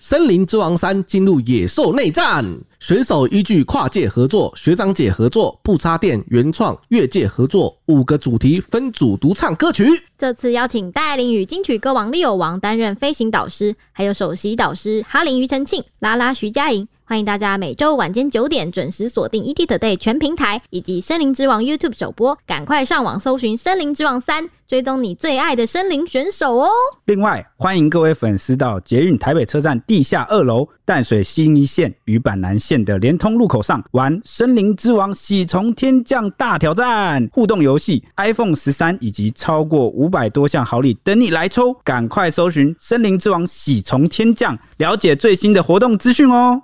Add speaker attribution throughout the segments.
Speaker 1: 森林之王三进入野兽内战，选手依据跨界合作、学长姐合作、不插电原创、越界合作五个主题分组独唱歌曲。
Speaker 2: 这次邀请戴爱玲与金曲歌王利友王担任飞行导师，还有首席导师哈林、庾澄庆、拉拉、徐佳莹。欢迎大家每周晚间九点准时锁定 ET Today 全平台以及《森林之王》YouTube 首播，赶快上网搜寻《森林之王三》，追踪你最爱的森林选手哦！
Speaker 3: 另外，欢迎各位粉丝到捷运台北车站地下二楼、淡水新一线与板南线的连通路口上玩《森林之王喜从天降大挑战》互动游戏，iPhone 十三以及超过五百多项好礼等你来抽，赶快搜寻《森林之王喜从天降》，了解最新的活动资讯哦。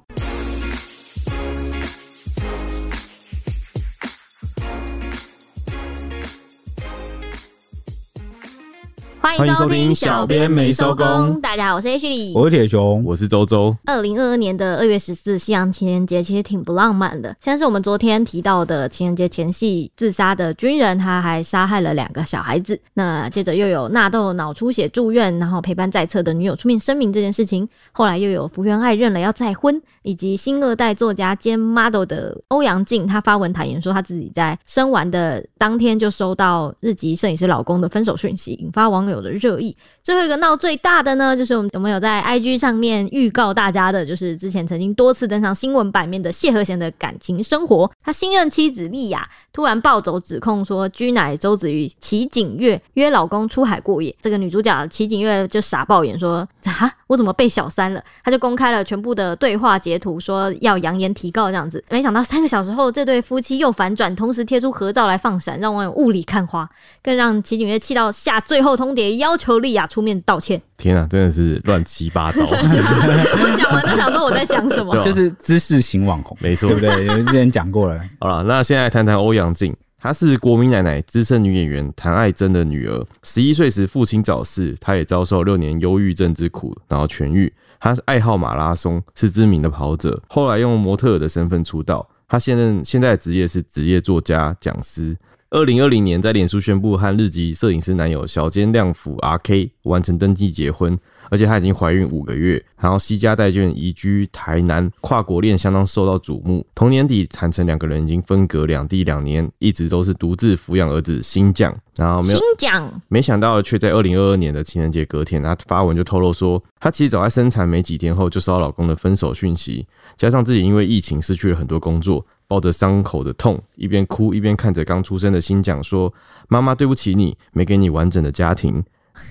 Speaker 2: 欢
Speaker 4: 欢
Speaker 2: 迎
Speaker 4: 迎
Speaker 2: 收
Speaker 4: 收
Speaker 2: 听
Speaker 4: 听
Speaker 2: 《
Speaker 4: 小编没收工
Speaker 2: 大家好，我是 H 李。
Speaker 3: 我是铁熊，
Speaker 4: 我是周周，
Speaker 2: 二零二二年的二月十四西洋情人节其实挺不浪漫的，像是我们昨天提到的情人节前夕自杀的军人，他还杀害了两个小孩子。那接着又有纳豆脑出血住院，然后陪伴在侧的女友出面声明这件事情。后来又有福原爱认了要再婚，以及新二代作家兼 model 的欧阳靖，他发文坦言说他自己在生完的当天就收到日籍摄影师老公的分手讯息，引发网友的热议。最后一个闹最大的呢，就是我们我们有在 IG 上面预告大家的，就是之前曾经多次登上新闻版面的谢和弦的感情生活，他新任妻子丽雅啊突然暴走指控说，居乃周子瑜、齐景月约老公出海过夜。这个女主角齐景月就傻爆眼说：“啊，我怎么被小三了？”她就公开了全部的对话截图，说要扬言提告这样子。哎没想到三个小时后，这对夫妻又反转，同时贴出合照来放闪，让网友雾里看花。更让齐景月气到下最后通牒，要求丽雅出面道 歉。
Speaker 4: 天啊，真的是乱七八糟，
Speaker 2: 我讲完都想说我在讲什么
Speaker 4: 对。啊
Speaker 3: 就是知识型网红，
Speaker 4: 没错
Speaker 3: 对不对？有之前讲过 了，
Speaker 4: 好了，那现在谈谈欧阳靖，她是国民奶奶资深女演员谭爱珍的女儿。十一岁时父亲早逝，她也遭受六年忧郁症之苦，然后痊愈。她爱好马拉松，是知名的跑者，后来用模特儿的身份出道。她现任现在的职业是职业作家、讲师。二零二零年，在脸书宣布和日籍摄影师男友小间亮辅 R.K 完成登记结婚，而且她已经怀孕五个月，然后西家带眷移居台南，跨国恋相当受到瞩目。同年底，产城两个人已经分隔两地两年，一直都是独自抚养儿子新将，然啊后没
Speaker 2: 新
Speaker 4: 有。
Speaker 2: 讲
Speaker 4: 没想到，却在二零二二年的情人节隔天，她发文就透露说，她其实早在生产没几天后就收到老公的分手讯息，加上自己因为疫情失去了很多工作，抱着伤口的痛，一边哭一边看着刚出生的新讲说：“妈妈，对不起你，没给你完整的家庭。”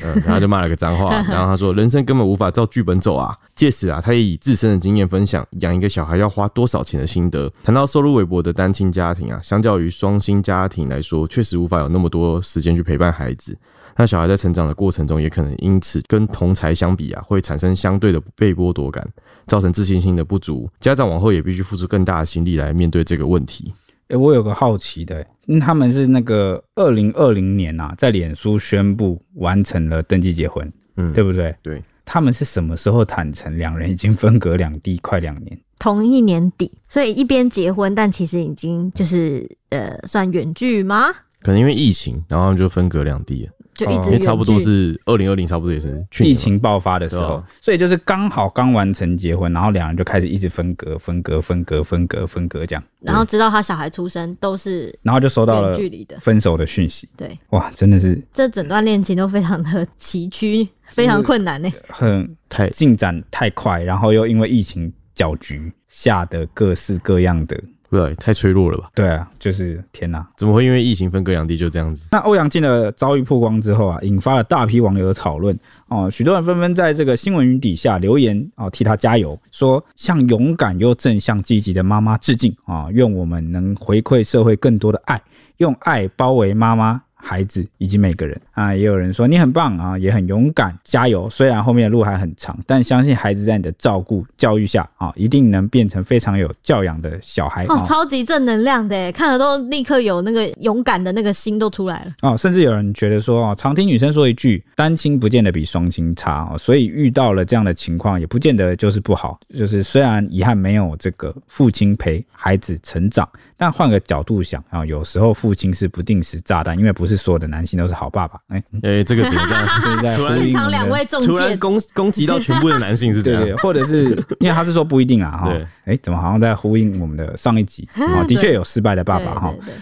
Speaker 4: 嗯，然后就骂了个脏话，然后他说：“人生根本无法照剧本走啊！”借此啊，他也以自身的经验分享养一个小孩要花多少钱的心得。谈到收入微薄的单亲家庭啊，相较于双薪家庭来说，确实无法有那么多时间去陪伴孩子。那小孩在成长的过程中，也可能因此跟同才相比啊，会产生相对的被剥夺感，造成自信心的不足。家长往后也必须付出更大的心力来面对这个问题。
Speaker 3: 诶，我有个好奇的、嗯，他们是那个二零二零年啊，在脸书宣布完成了登记结婚，
Speaker 4: 嗯
Speaker 3: 对不对？
Speaker 4: 对，
Speaker 3: 他们是什么时候坦诚两人已经分隔两地快两年？
Speaker 2: 同一年底，所以一边结婚，但其实已经就是呃，算远距吗？
Speaker 4: 可能因为疫情，然后他们就分隔两地了，
Speaker 2: 就一直
Speaker 4: 因
Speaker 2: 远
Speaker 4: 为
Speaker 2: 距
Speaker 4: 哦差不多是二零二零，差不多也是去
Speaker 3: 疫
Speaker 4: 年吧
Speaker 3: 情爆发的时候，
Speaker 4: 对啊
Speaker 3: 所以就是刚好刚完成结婚，然后两人就开始一直分隔、分隔、分隔、分隔、分隔这样，
Speaker 2: 然后直到他小孩出生都是
Speaker 3: 然后就收到
Speaker 2: 远
Speaker 3: 了
Speaker 2: 距离的。
Speaker 3: 分手的讯息。
Speaker 2: 对，
Speaker 3: 哇，真的是
Speaker 2: 这整段恋情都非常的崎岖，非常困难呢、欸
Speaker 3: 很
Speaker 4: 太
Speaker 3: 进展太快，然后又因为疫情搅局下的各式各样的，
Speaker 4: 不对，太脆弱了吧？
Speaker 3: 对啊，就是天哪、
Speaker 4: 怎么会因为疫情分隔两地就这样子？
Speaker 3: 那欧阳靖的遭遇曝光之后啊，引发了大批网友的讨论哦，许多人纷纷在这个新闻云底下留言哦，替他加油，说向勇敢又正向积极的妈妈致敬啊、愿我们能回馈社会更多的爱，用爱包围妈妈。孩子以及每个人啊，也有人说你很棒啊，也很勇敢，加油！虽然后面的路还很长，但相信孩子在你的照顾、教育下啊，一定能变成非常有教养的小孩
Speaker 2: 哦
Speaker 3: 啊，
Speaker 2: 超级正能量的、欸看了都立刻有那个勇敢的那个心都出来了。
Speaker 3: 哦，甚至有人觉得说，哦，常听女生说一句“单亲不见得比双亲差”，哦，所以遇到了这样的情况，也不见得就是不好。就是虽然遗憾没有这个父亲哦陪孩子成长，但换个角度想啊、有时候父亲是不定时炸弹，因为不是是所有的男性都是好爸爸。哎、
Speaker 4: 哎、这个怎么这样？
Speaker 3: 就是在
Speaker 4: 突然
Speaker 3: 呼应
Speaker 2: 现
Speaker 3: 我
Speaker 2: 场
Speaker 3: 们
Speaker 2: 两
Speaker 3: 的
Speaker 2: 位中
Speaker 4: 突然
Speaker 2: 箭，
Speaker 4: 攻攻击到全部的男性是这
Speaker 3: 对对，
Speaker 4: 样？
Speaker 3: 或者是因为他是说不一定啦哈
Speaker 4: 对。
Speaker 3: 哎，怎么好像在呼应我们的上一集啊？的确有失败的爸爸哈
Speaker 2: 对，对对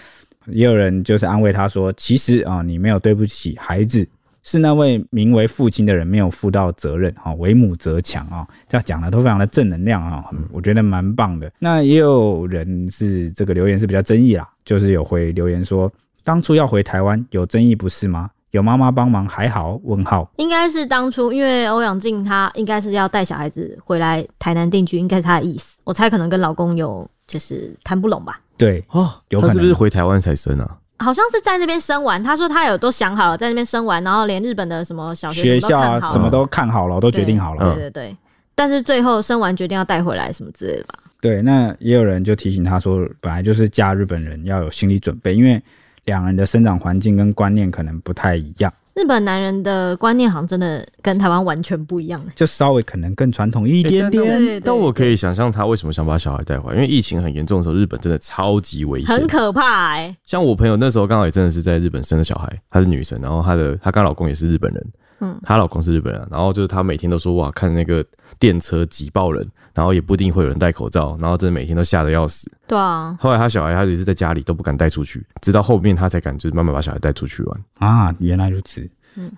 Speaker 3: 也有人就是安慰他说，其实啊，你没有对不起孩子。是那位名为父亲的人没有负到责任啊，为母则强啊，这样讲的都非常的正能量啊，很我觉得蛮棒的。那也有人是这个留言是比较争议啦，就是有回留言说，当初要回台湾有争议不是吗？有妈妈帮忙还好？问号。
Speaker 2: 应该是当初因为欧阳靖他应该是要带小孩子回来台南定居，应该是他的意思。我猜可能跟老公有就是谈不拢吧，
Speaker 3: 对，
Speaker 4: 哦，
Speaker 3: 有可能
Speaker 4: 他是不是回台湾才生啊？
Speaker 2: 好像是在那边生完。他说他有都想好了，在那边生完，然后连日本的什么小
Speaker 3: 学
Speaker 2: 学
Speaker 3: 校啊
Speaker 2: 什么都看好了
Speaker 3: 什么都看好了，都决定好了。
Speaker 2: 对对对。但是最后生完决定要带回来什么之类的吧？
Speaker 3: 对，那也有人就提醒他说，本来就是嫁日本人要有心理准备，因为两人的生长环境跟观念可能不太一样，
Speaker 2: 日本男人的观念好像真的跟台湾完全不一样、欸。
Speaker 3: 就稍微可能更传统一点
Speaker 4: 欸
Speaker 3: 点。
Speaker 4: 但
Speaker 2: 对对
Speaker 4: 但我可以想象他为什么想把小孩带回来，因为疫情很严重的时候，日本真的超级危
Speaker 2: 很
Speaker 4: 险。
Speaker 2: 可怕哎、
Speaker 4: 像我朋友那时候刚好也真的是在日本生的小孩，她是女生，然后她的她跟她老公也是日本人，
Speaker 2: 嗯
Speaker 4: 嗯，她老公是日本人，然后就是她每天都说哇，看那个电车挤爆人，然后也不一定会有人戴口罩，然后真的每天都吓得要死。
Speaker 2: 对啊，
Speaker 4: 后来她小孩她也是在家里都不敢带出去，直到后面她才敢就是慢慢把小孩带出去玩。
Speaker 3: 啊，原来如此。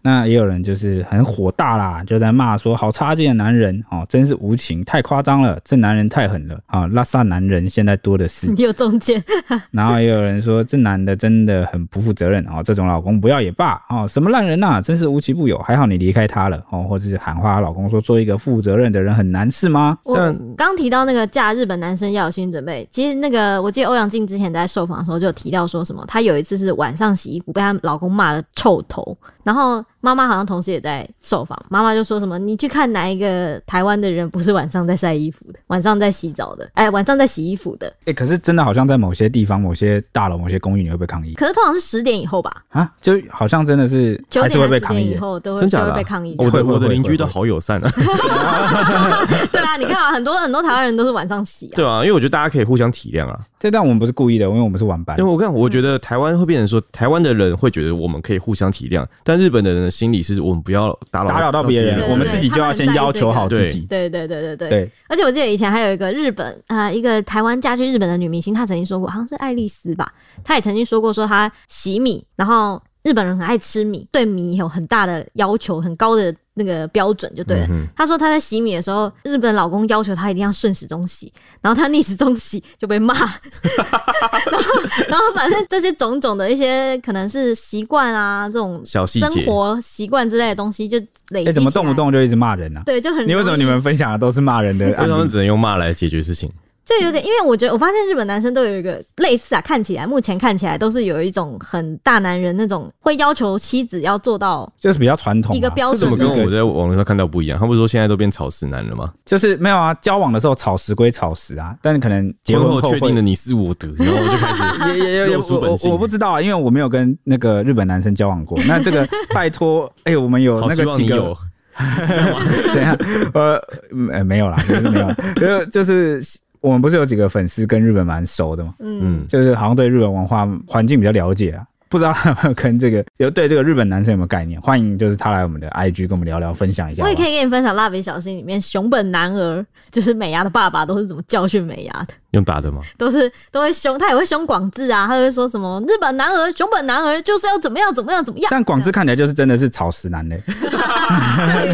Speaker 3: 那也有人就是很火大啦，就在骂说好差劲的男人哦，真是无情，太夸张了，这男人太狠了啊！拉萨男人现在多的是
Speaker 2: 你，有中间，
Speaker 3: 然后也有人说这男的真的很不负责任哦，这种老公不要也罢哦，什么烂人呐、真是无奇不有。还好你离开他了哦，或者是喊话她老公说做一个负责任的人很难是吗？
Speaker 2: 我
Speaker 4: 但
Speaker 2: 刚提到那个嫁日本男生要有心理准备，其实那个我记得欧阳靖之前在受访的时候就有提到说什么，她有一次是晚上洗衣服被她老公骂的臭头，然后妈妈好像同时也在受访，妈妈就说什么你去看哪一个台湾的人不是晚上在晒衣服的，晚上在洗 澡的，哎，晚上在洗衣服的，
Speaker 3: 哎、可是真的好像在某些地方、某些大楼、某些公寓，你会被抗议
Speaker 2: 可是通常是十点以后吧，
Speaker 3: 啊？就好像真的是
Speaker 2: 九
Speaker 3: 还是会
Speaker 2: 点还是
Speaker 3: 被
Speaker 2: 十
Speaker 3: 抗
Speaker 2: 点
Speaker 3: 议
Speaker 2: 以。后都会
Speaker 4: 真
Speaker 2: 就
Speaker 4: 假
Speaker 2: 会
Speaker 4: 的啊、
Speaker 2: 被抗议。
Speaker 4: 我
Speaker 3: 会
Speaker 4: 的
Speaker 3: 会
Speaker 4: 我的
Speaker 3: 会
Speaker 4: 邻居
Speaker 3: 会
Speaker 4: 都
Speaker 3: 会
Speaker 4: 好友善啊。
Speaker 2: 对啊，你看啊，很多很多台湾人都是晚上洗啊。
Speaker 4: 对啊，因为我觉得大家可以互相体谅啊。
Speaker 3: 这但我们不是故意的，因为我们是晚班
Speaker 4: 因为。我看，我觉
Speaker 3: 嗯
Speaker 4: 得台湾会变成说，台湾的人会觉得我们可以互相体谅，但日本的人的心里是我们不要打扰
Speaker 3: 打扰到别
Speaker 2: 对
Speaker 3: 人，
Speaker 2: 对
Speaker 3: 我们自己就要先要求好自己。
Speaker 2: 对对对对对。
Speaker 3: 对，
Speaker 2: 而且我记得以前还有一个日本啊、呃一个台湾嫁去日本的女明星，她曾经说过，好像是爱丽丝吧，她也曾经说过，说她洗米，然后日本人很爱吃米，对米有很大的要求，很高的那个标准就对了。
Speaker 4: 嗯
Speaker 2: 她说她在洗米的时候，日本老公要求她一定要顺时钟洗，然后她逆时钟洗就被 骂。然后，然后反正这些种种的一些可能是习惯啊，这种
Speaker 4: 小细
Speaker 2: 生
Speaker 4: 节
Speaker 2: 活习惯之类的东西就累积起
Speaker 3: 哎、
Speaker 2: 来。
Speaker 3: 怎么动不动就一直骂人呢、啊？
Speaker 2: 对，就很
Speaker 3: 你为什么
Speaker 2: 容易
Speaker 3: 你们分享的都是骂人的
Speaker 4: 哼，为
Speaker 3: 案
Speaker 4: 他们
Speaker 3: 例？
Speaker 4: 只能用骂来解决事情。
Speaker 2: 就有点，因为我觉得我发现日本男生都有一个类似啊，看起来目前看起来都是有一种很大男人那种会要求妻子要做到
Speaker 3: 就是比较传统、啊。
Speaker 2: 一个标
Speaker 4: 这
Speaker 2: 准
Speaker 4: 怎么
Speaker 3: 是一
Speaker 4: 跟
Speaker 3: 个
Speaker 4: 我在网络上看到不一样？他们说现在都变草食男了吗？
Speaker 3: 就是没有啊，交往的时候草食归草食啊，但可能结婚
Speaker 4: 婚后
Speaker 3: 会
Speaker 4: 确定了你是我的，然后我就开 始
Speaker 3: 也也也也
Speaker 4: 露出
Speaker 3: 我
Speaker 4: 本
Speaker 3: 我
Speaker 4: 性
Speaker 3: 我不知道啊，因为我没有跟那个日本男生交往过。那这个拜托， 哎、我们有
Speaker 4: 好
Speaker 3: 那
Speaker 4: 希
Speaker 3: 个
Speaker 4: 望
Speaker 3: 几
Speaker 4: 你
Speaker 3: 个
Speaker 4: 有，
Speaker 3: 等一下，呃，嗯呃没有啦，就是没有啦，呃，就是我们不是有几个粉丝跟日本蛮熟的嘛，
Speaker 2: 嗯，
Speaker 4: 嗯，
Speaker 3: 就是好像对日本文化环境比较了解啊。不知道他有没有跟这个有对这个日本男生有没有概念？欢迎就是他来我们的 IG 跟我们聊聊，分享一下
Speaker 2: 我
Speaker 3: 好
Speaker 2: 也
Speaker 3: 不
Speaker 2: 可
Speaker 3: 好。
Speaker 2: 以跟你分享《蜡笔小新》里面熊本男儿，就是美伢的爸爸都是怎么教训美伢的，
Speaker 4: 用打的吗？
Speaker 2: 都是都会凶，他也会凶广志啊，他会说什么日本男儿、熊本男儿就是要怎么样怎么 样怎么样，
Speaker 3: 但广志看起来就是真的是草食男嘞、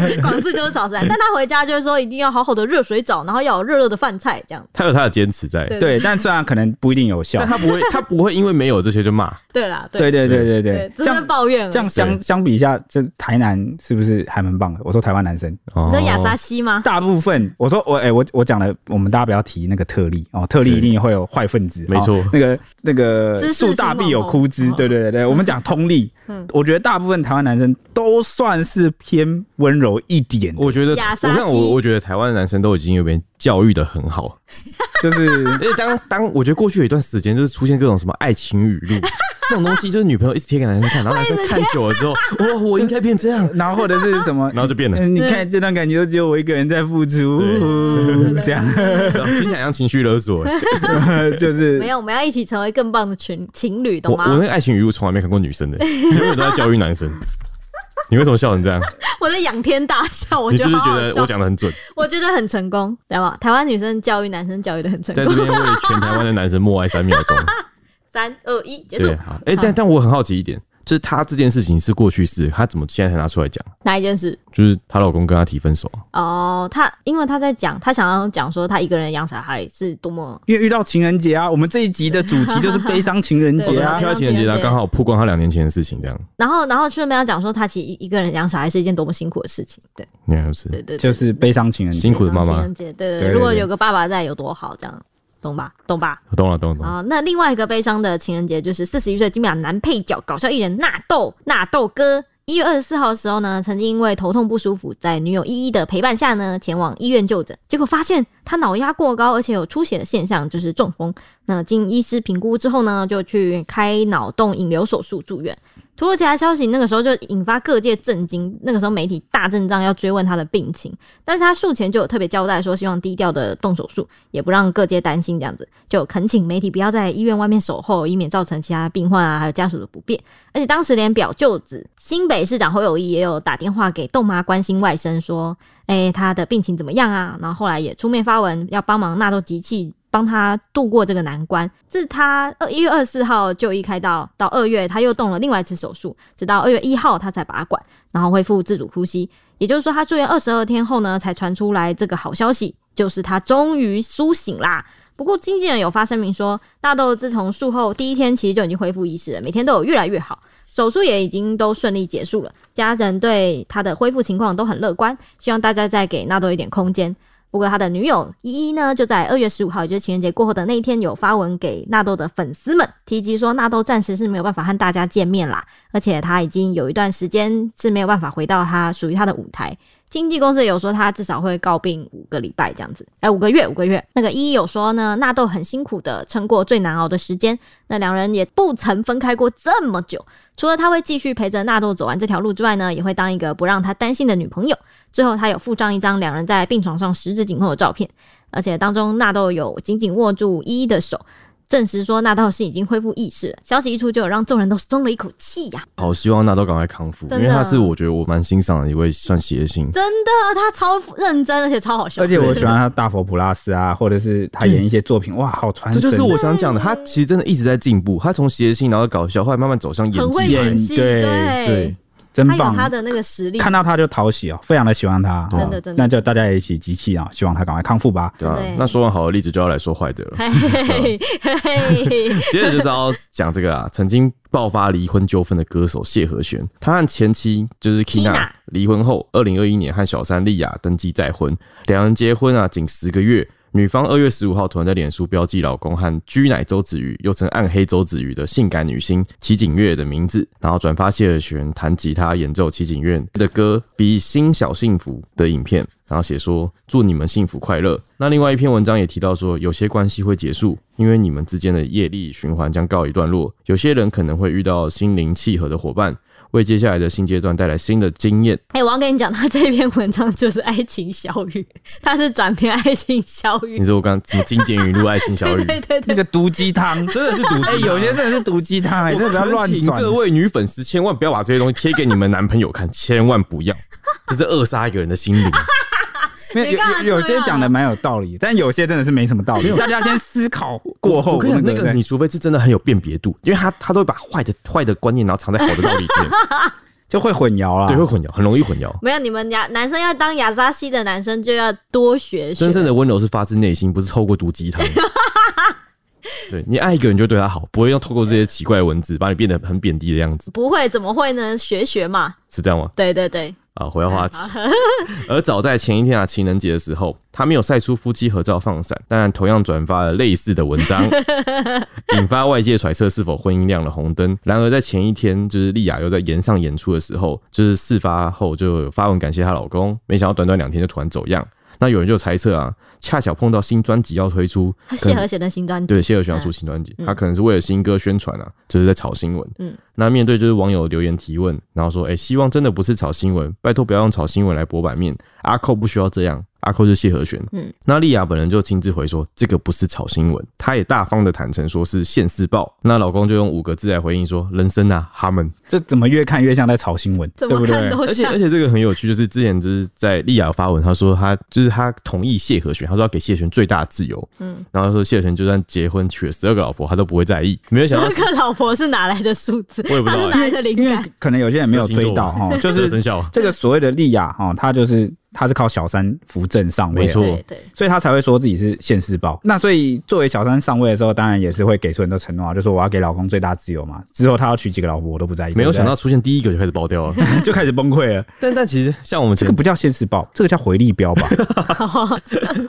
Speaker 2: 对，广志就是早餐，但他回家就会说一定要好好的热水澡，然后要有热热的饭菜这样，
Speaker 4: 他有他的坚持在，
Speaker 2: 对
Speaker 3: 对，但虽然可能不一定有效
Speaker 4: 但，他不会，他不会因为没有这些就骂。
Speaker 2: 对啦，
Speaker 3: 对对对
Speaker 2: 对
Speaker 3: 对对，，
Speaker 2: 只
Speaker 3: 这
Speaker 2: 是
Speaker 3: 样
Speaker 2: 抱怨而已，
Speaker 3: 这样相
Speaker 4: 对
Speaker 3: 相比一下，这台南是不是还蛮棒的？我说台湾男生
Speaker 4: 哦
Speaker 2: 你知道亚沙西吗？
Speaker 3: 大部分，我说我哎、我我讲了，我们大家不要提那个特例哦，特例一定会有坏分子，
Speaker 4: 没错
Speaker 3: 哦那个那
Speaker 2: 知
Speaker 3: 个
Speaker 2: 识
Speaker 3: 树大
Speaker 2: 型
Speaker 3: 必有
Speaker 2: 网红
Speaker 3: 枯枝，对对对对，我们讲通例
Speaker 2: 嗯，
Speaker 3: 我觉得大部分台湾男生都算是偏温柔一点的，
Speaker 4: 我觉得，我
Speaker 2: 亚沙西
Speaker 4: 看我我觉得台湾的男生都已经有被教育的很好，
Speaker 3: 就是
Speaker 4: 哎而且当当我觉得过去有一段时间就是出现各种什么爱情语录，那种东西就是女朋友一直贴给男生看，然后男生看久了之后，哇，我应该变这样，
Speaker 3: 然后或者是什么，
Speaker 4: 然后就变了，
Speaker 3: 嗯，你看这段感情都只有我一个人在付出，这样
Speaker 4: 然后听起来像情绪勒索、欸。
Speaker 3: 就是
Speaker 2: 没有，我们要一起成为更棒的群情侣，
Speaker 4: 我
Speaker 2: 懂
Speaker 4: 我
Speaker 2: 吗？
Speaker 4: 那个爱情语录从来没看过女生的、永远都在教育男生。你为什么笑成这样？
Speaker 2: 我在仰天大笑，我
Speaker 4: 你
Speaker 2: 觉
Speaker 4: 是
Speaker 2: 得
Speaker 4: 不
Speaker 2: 好
Speaker 4: 是觉
Speaker 2: 好
Speaker 4: 得
Speaker 2: 笑
Speaker 4: 我讲的很准？
Speaker 2: 我觉得很成功，对吧？台湾女生教育男生教育的很成
Speaker 4: 在
Speaker 2: 功
Speaker 4: 这。边为全台湾的男生默哀三秒 钟。
Speaker 2: 三二一，结束
Speaker 4: 对，。好，哎、但但我很好奇一点，就是她这件事情是过去式，她怎么现在才拿出来讲？
Speaker 2: 哪一件事？
Speaker 4: 就是她老公跟她提分手啊，
Speaker 2: 哦，她因为她在讲，她想要讲说她一个人养小孩是多么
Speaker 3: 因为遇到情人节啊，我们这一集的主题就是悲伤情人
Speaker 4: 或
Speaker 3: 节
Speaker 4: 者她
Speaker 3: 啊
Speaker 2: 对。
Speaker 4: 挑情人节，然后刚好曝光她两年前的事情，这样，
Speaker 2: 然后，然后顺便要讲说，她其实一一个人养小孩是一件多么辛苦的事情。对，
Speaker 4: 你看就是
Speaker 2: 对，对，对
Speaker 3: 就是悲伤情人节，
Speaker 4: 辛苦的妈
Speaker 2: 情
Speaker 4: 妈
Speaker 2: 人。节，对
Speaker 3: 对
Speaker 2: 对。
Speaker 3: 对
Speaker 2: 如果
Speaker 3: 对
Speaker 2: 有个爸爸在，有多好，这样懂吧？懂吧？
Speaker 4: 懂了，懂了，懂了。
Speaker 2: 啊，那另外一个悲伤的情人节就是四十一岁金马男配角搞笑艺人纳豆纳豆哥。一月二十四号的时候呢，曾经因为头痛不舒服，在女友依依的陪伴下呢，前往医院就诊，结果发现他脑压过高，而且有出血的现象，就是中风。那经医师评估之后呢，就去开脑动引流手术住院。土耳其来消息那个时候就引发各界震惊，那个时候媒体大阵仗要追问他的病情，但是他术前就有特别交代说，希望低调的动手术，也不让各界担心，这样子就恳请媒体不要在医院外面守候，以免造成其他病患啊还有家属的不便。而且当时连表舅子新北市长侯友谊也有打电话给豆妈关心外甥说，哎、他的病情怎么样啊？然后后来也出面发文要帮忙纳豆集气。帮他度过这个难关，自他二一月二十四号就医开刀，到二月他又动了另外一次手术，直到二月一号他才拔管，然后恢复自主呼吸。也就是说，他住院二十二天后呢，才传出来这个好消息，就是他终于苏醒啦。不过经纪人有发声明说，大豆自从术后第一天其实就已经恢复意识了，每天都有越来越好，手术也已经都顺利结束了，家人对他的恢复情况都很乐观，希望大家再给纳豆一点空间。不过他的女友依依呢，就在二月十五号，也就是情人节过后的那一天，有发文给纳豆的粉丝们提及说，纳豆暂时是没有办法和大家见面啦，而且他已经有一段时间是没有办法回到他属于他的舞台。经纪公司有说他至少会告病五个礼拜这样子，哎、五个月，五个月。那个依依有说呢，纳豆很辛苦的撑过最难熬的时间，那两人也不曾分开过这么久。除了他会继续陪着纳豆走完这条路之外呢，也会当一个不让他担心的女朋友。最后，他有附上一张两人在病床上十指紧扣的照片，而且当中纳豆有紧紧握住依依的手，证实说纳豆是已经恢复意识了。消息一出，就有让众人都松了一口气呀、
Speaker 4: 好希望纳豆赶快康复，因
Speaker 2: 真的
Speaker 4: 为她是我觉得我蛮欣赏的一位算谐星，
Speaker 2: 真的，哦他超认真，而且超好笑。
Speaker 3: 而且我喜欢他大佛普拉斯啊，或者是他演一些作品，哇，好传
Speaker 4: 这
Speaker 3: 神。
Speaker 4: 就是我想讲的。她其实真的一直在进步，她从谐星然后搞笑，后来慢慢走向演
Speaker 2: 很会
Speaker 4: 技。
Speaker 2: 演
Speaker 3: 演
Speaker 2: 戏，
Speaker 3: 对对，真
Speaker 2: 他有
Speaker 3: 棒。
Speaker 2: 他的那个实力，
Speaker 3: 看到他就讨喜哦，非常的喜欢他，
Speaker 2: 真的
Speaker 3: 哦
Speaker 2: 真的
Speaker 3: 那就大家也一起集气啊，希望他赶快康复吧。
Speaker 4: 对啊
Speaker 2: 对，
Speaker 4: 那说完好的例子就要来说坏 的了。
Speaker 2: 嘿嘿嘿，
Speaker 4: 接着就是要讲这个啊，曾经爆发离婚纠纷的歌手谢和弦，他和前妻就是 Kina
Speaker 2: Kina
Speaker 4: 离婚后，二零二一年和小三丽雅登记再婚，两人结婚啊仅十个月。女方二月十五号突然在脸书标记老公和居奶周子瑜，又称暗黑周子瑜的性感女星齐景月的名字，然后转发谢和弦弹吉他演奏齐景月的歌《比心小幸福》的影片，然后写说祝你们幸福快乐。那另外一篇文章也提到说，有些关系会结束，因为你们之间的业力循环将告一段落。有些人可能会遇到心灵契合的伙伴，为接下来的新阶段带来新的经验。
Speaker 2: 哎，我要跟你讲，他这篇文章就是爱情小语，他是转篇爱情小语
Speaker 4: 你，说我刚什么经典语录、爱情小
Speaker 2: 对
Speaker 4: 语，
Speaker 2: 对对
Speaker 3: 那
Speaker 2: 对，
Speaker 3: 个毒鸡汤，
Speaker 4: 真的是毒
Speaker 3: 哎，
Speaker 4: 鸡汤
Speaker 3: 有些真的是毒鸡汤，哎，
Speaker 4: 我
Speaker 3: 真的不要
Speaker 4: 恳
Speaker 3: 乱
Speaker 4: 请
Speaker 3: 转。
Speaker 4: 各位女粉丝千万不要把这些东西贴给你们男朋友看，千万不 要，这是扼杀一个人的心灵。
Speaker 3: 没有
Speaker 2: 你干嘛
Speaker 3: 有有有
Speaker 2: 这
Speaker 3: 些
Speaker 2: 样啊
Speaker 3: 讲的蛮有道理，但有些真的是没什么道理。大家先思考过后，
Speaker 4: 我跟你讲，那
Speaker 3: 对不
Speaker 4: 个
Speaker 3: 对
Speaker 4: 你除非是真的很有辨别度，因为他他都会把坏的坏的观念，然后藏在好的道理里 面，
Speaker 3: 就会混淆啊了。
Speaker 4: 对，会混淆，很容易混淆。
Speaker 2: 没有你们亚男生要当亚扎西的男生就要多学学
Speaker 4: 真，正的温柔是发自内心，不是透过毒鸡 汤。对你爱一个人就对他好，不会用透过这些奇怪的文字把你变得很贬低的样子，
Speaker 2: 不会怎么会呢？学学嘛，
Speaker 4: 是这样吗？
Speaker 2: 对对对，
Speaker 4: 啊，回到话题。 而早在前一天啊，情人节的时候，他没有晒出夫妻合照放闪，但同样转发了类似的文章，引发外界揣测是否婚姻亮了红灯。然而在前一天，就是丽雅又在延上演出的时候，就是事发后就有发文感谢她老公，没想到短短两天就突然走样。那有人就猜测啊，恰巧碰到新专辑要推出，
Speaker 2: 他
Speaker 4: 可
Speaker 2: 谢
Speaker 4: 能
Speaker 2: 和
Speaker 4: 是
Speaker 2: 弦的新专辑，
Speaker 4: 对谢尔选要出
Speaker 2: 嗯
Speaker 4: 新专辑，
Speaker 2: 嗯
Speaker 4: 他可能是为了新歌宣传啊，就是在炒新闻。
Speaker 2: 嗯，
Speaker 4: 那面对就是网友留言提问，然后说，哎、希望真的不是炒新闻，拜托不要用炒新闻来博版面，阿寇不需要这样，阿寇是谢和弦。
Speaker 2: 嗯，
Speaker 4: 那丽雅本人就亲自回说，这个不是炒新闻，她也大方的坦诚说是现世报。那老公就用五个字来回应说，人生啊，他们。
Speaker 3: 这怎么越看越像在炒新闻，
Speaker 2: 怎
Speaker 3: 对
Speaker 2: 么
Speaker 3: 不
Speaker 2: 看
Speaker 3: 对？
Speaker 2: 都
Speaker 4: 而且
Speaker 2: 像
Speaker 4: 而。且这个很有趣，就是之前就是在丽雅有发文，她说她就是她同意谢和弦，她说要给谢和弦最大的自由，
Speaker 2: 嗯，
Speaker 4: 然后她说谢和弦就算结婚娶了十二个老婆，她都不会在意。没有
Speaker 2: 十
Speaker 4: 想到
Speaker 2: 二， 个老婆是哪来的数字？
Speaker 4: 我也不
Speaker 2: 他
Speaker 4: 知
Speaker 2: 是
Speaker 4: 道
Speaker 2: 哪来的灵
Speaker 3: 因为
Speaker 2: 感？
Speaker 3: 可能有些人没有追到 哈，
Speaker 4: 射精
Speaker 3: 就
Speaker 4: 十二生
Speaker 3: 是
Speaker 4: 肖
Speaker 3: 这个所谓的利亚哈，他就是他是靠小三扶正上位
Speaker 4: 没
Speaker 3: 的，
Speaker 4: 错
Speaker 2: 对对，
Speaker 3: 所以他才会说自己是现世报。那所以作为小三上位的时候，当然也是会给出很多承诺啊，就说我要给老公最大自由嘛。之后他要娶几个老婆我都不在意，
Speaker 4: 没有
Speaker 3: 对不对
Speaker 4: 想到出现第一个就开始爆掉了。
Speaker 3: 就开始崩溃了。
Speaker 4: 但但其实像我们
Speaker 3: 这
Speaker 4: 前
Speaker 3: 个不叫现世 报，这个叫回力标吧？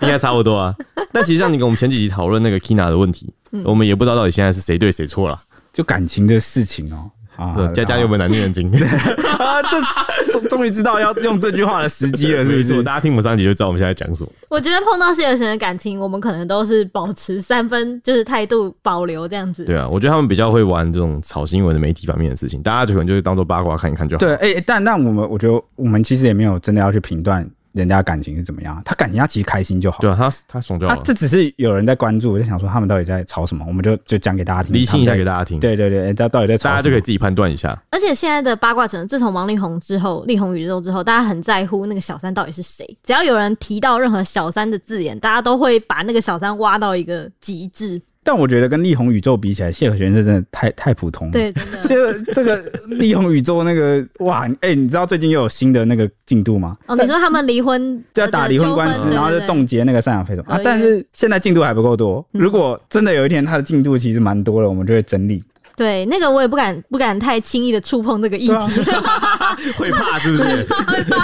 Speaker 4: 应该差不多 啊。但其实像你跟我们前几集讨论那个 Kina 的问题，
Speaker 2: 嗯
Speaker 4: 我们也不知道到底现在是谁对谁错了。
Speaker 3: 就感情的事情哦。啊，
Speaker 4: 家家有本难念的经，
Speaker 3: 啊， 这是终终于知道要用这句话的时机了，是不
Speaker 4: 没错
Speaker 3: 是？
Speaker 4: 大家听我们上一集就知道我们现在讲什么。
Speaker 2: 我觉得碰到谢和弦的感情，我们可能都是保持三分，就是态度保留这样子。
Speaker 4: 对啊，我觉得他们比较会玩这种炒新闻的媒体方面的事情，大家就可能就是当做八卦看一看就好。
Speaker 3: 对，哎、但但我们我觉得我们其实也没有真的要去评断人家感情是怎么样，他感情他其实开心就好。
Speaker 4: 对啊，他他爽就好
Speaker 3: 他
Speaker 4: 了，
Speaker 3: 这只是有人在关注，我就想说他们到底在吵什么，我们就就讲给大家听，
Speaker 4: 理清一下给
Speaker 3: 大
Speaker 4: 大家听，
Speaker 3: 对对对，他到底在吵什
Speaker 4: 大
Speaker 3: 么？
Speaker 4: 家就可以自己判断一下。
Speaker 2: 而且现在的八卦程度，自从王力宏之后，力宏宇宙之后，大家很在乎那个小三到底是谁。只要有人提到任何小三的字眼，大家都会把那个小三挖到一个极致。
Speaker 3: 但我觉得跟力宏宇宙比起来，谢和弦是真的太太普通了。
Speaker 2: 对，真的。
Speaker 3: 谢和。这这个力宏宇宙那个哇，哎、你知道最近又有新的那个进度吗？
Speaker 2: 哦，你说他们离婚 呃
Speaker 3: 在打离婚官
Speaker 4: 纠
Speaker 3: 司，
Speaker 4: 纷
Speaker 3: 然后就冻结那个赡养费什么
Speaker 2: 合
Speaker 3: 啊
Speaker 2: 约？
Speaker 3: 但是现在进度还不够多，
Speaker 2: 嗯
Speaker 3: 如果真的有一天它的进度其实蛮多了，我们就会整理。
Speaker 2: 对那个我也不敢不敢太轻易的触碰这个议
Speaker 3: 对啊
Speaker 2: 题。
Speaker 4: 会怕是不是？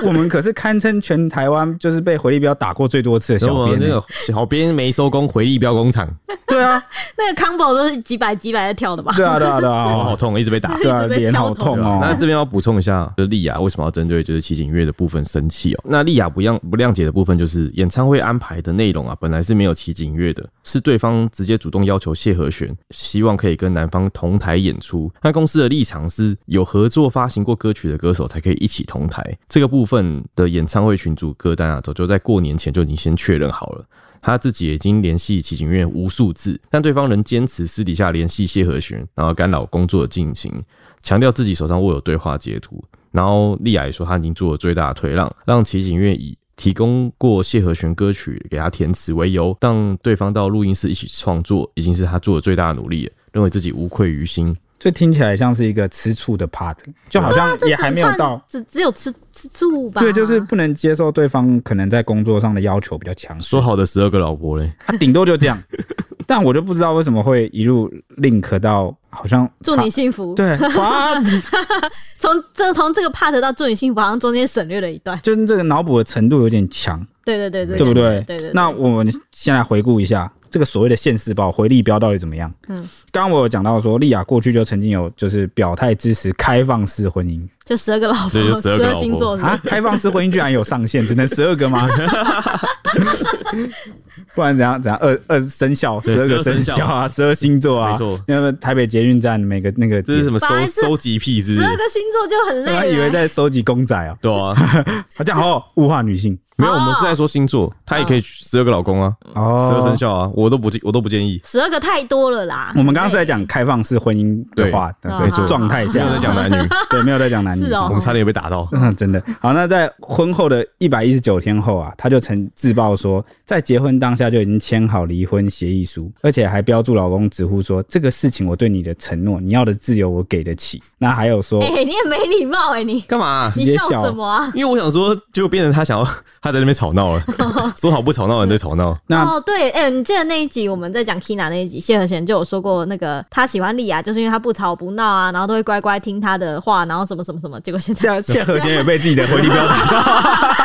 Speaker 3: 我们可是堪称全台湾就是被回力镖打过最多次的
Speaker 4: 然后
Speaker 3: 小
Speaker 4: 我们
Speaker 3: 编
Speaker 4: 哦那
Speaker 3: 呢。
Speaker 4: 个 小欸编没收工，回力标工厂，
Speaker 3: 对啊，
Speaker 2: 那个 combo 都是几百几百的跳的吧？
Speaker 3: 对啊，对啊，对 啊，
Speaker 4: 哦，好
Speaker 3: 哦
Speaker 4: 痛，一直被打。
Speaker 3: 对啊，
Speaker 2: 一直被
Speaker 3: 脸好
Speaker 2: 敲头
Speaker 3: 痛
Speaker 4: 那
Speaker 3: 哦。
Speaker 4: 这边要补充一下，就是丽雅为什么要针对就是齐景月的部分生气哦？那丽雅不谅不谅解的部分就是演唱会安排的内容啊，本来是没有齐景月的，是对方直接主动要求谢和弦，希望可以跟男方同台演出。那公司的立场是有合作发行过歌曲的歌手才可以一起同台，这个部分的演唱会群组歌单啊，早就在过年前就已经先确认好了。他自己已经联系齐景月无数次，但对方仍坚持私底下联系谢和弦，然后干扰工作的进行，强调自己手上握有对话截图。然后丽雅也说，她已经做了最大的推让，让齐景月以提供过谢和弦歌曲给他填词为由，让对方到录音室一起创作，已经是他做的最大的努力了，认为自己无愧于心。
Speaker 3: 这听起来像是一个吃醋的 part，就好
Speaker 2: 啊
Speaker 3: 像也还没有到。
Speaker 2: 只只有吃吃醋吧？
Speaker 3: 对，就是不能接受对方可能在工作上的要求比较强势
Speaker 4: 说，好的十二个老婆嘞，
Speaker 3: 啊，顶多就这样。但我就不知道为什么会一路 link 到好像
Speaker 2: 祝你幸福。
Speaker 3: 对，哇，
Speaker 2: 从这从这个 part 到祝你幸福，好像中间省略了一段。
Speaker 3: 就是这个脑补的程度有点强，
Speaker 2: 对对对对，
Speaker 3: 对不对？
Speaker 2: 对对。
Speaker 3: 那我们先来回顾一下这个所谓的现世报回力标到底怎么样？
Speaker 2: 嗯，
Speaker 3: 刚刚我有讲到说，丽雅过去就曾经有就是表态支持开放式婚姻
Speaker 2: 就十二个老
Speaker 4: 对
Speaker 2: 婆，
Speaker 4: 就
Speaker 2: 十
Speaker 4: 12个
Speaker 2: 二
Speaker 4: 老婆
Speaker 2: 星座是不是
Speaker 3: 啊，开放式婚姻居然有上 限，只能十二个吗？不然怎样怎样二二生肖
Speaker 4: 对
Speaker 3: 十二个
Speaker 4: 12生肖
Speaker 3: 肖啊，十二星座啊，
Speaker 4: 没错
Speaker 3: 那么台北捷运站每个那个
Speaker 4: 这是什么
Speaker 2: 本来
Speaker 4: 收
Speaker 2: 是
Speaker 4: 收集癖是不
Speaker 2: 十二
Speaker 4: 是？
Speaker 2: 个星座就很
Speaker 3: 他
Speaker 2: 累
Speaker 3: 以为
Speaker 2: 了。啊
Speaker 3: 在收集公仔哦，
Speaker 4: 对啊，
Speaker 3: 好像好物化女性
Speaker 4: 没有，我们是在说星座，他也可以十二个老公啊，
Speaker 3: 哦
Speaker 4: 十二生。肖啊，我都不建我都不建议。
Speaker 2: 十二个太多了啦。
Speaker 3: 我们刚刚是在讲开放式婚姻的话，
Speaker 2: 对
Speaker 3: 对
Speaker 2: 没错
Speaker 3: 状态
Speaker 4: 没
Speaker 3: 下
Speaker 4: 有在讲 男女，
Speaker 3: 对，没有在讲男女，
Speaker 2: 是哦
Speaker 4: 我们差点也被打到。
Speaker 3: 嗯，真的好。那在婚后的一百一十九天后啊，他就曾自曝说，在结婚当下就已经签好离婚协议书，而且还标注老公直呼说这个事情我对你的承诺，你要的自由我给得起。那还有说，
Speaker 2: 哎、你也没礼貌哎、你
Speaker 4: 干嘛啊、
Speaker 3: 直
Speaker 2: 你
Speaker 3: 接
Speaker 2: 笑
Speaker 3: 笑
Speaker 2: 什么啊？
Speaker 4: 因为我想说，就变成他想要 他在那边吵 闹了，说好不吵闹，你在吵闹。
Speaker 3: 那
Speaker 2: 哦，对，哎、你记得那一集我们在讲 Kina 那一集，谢和弦就有说过，那个他喜欢莉亚，就是因为他不吵不闹啊，然后都会乖乖听他的话，然后什么什么什么，结果现在
Speaker 3: 谢 谢和弦也被自己的回力 标打，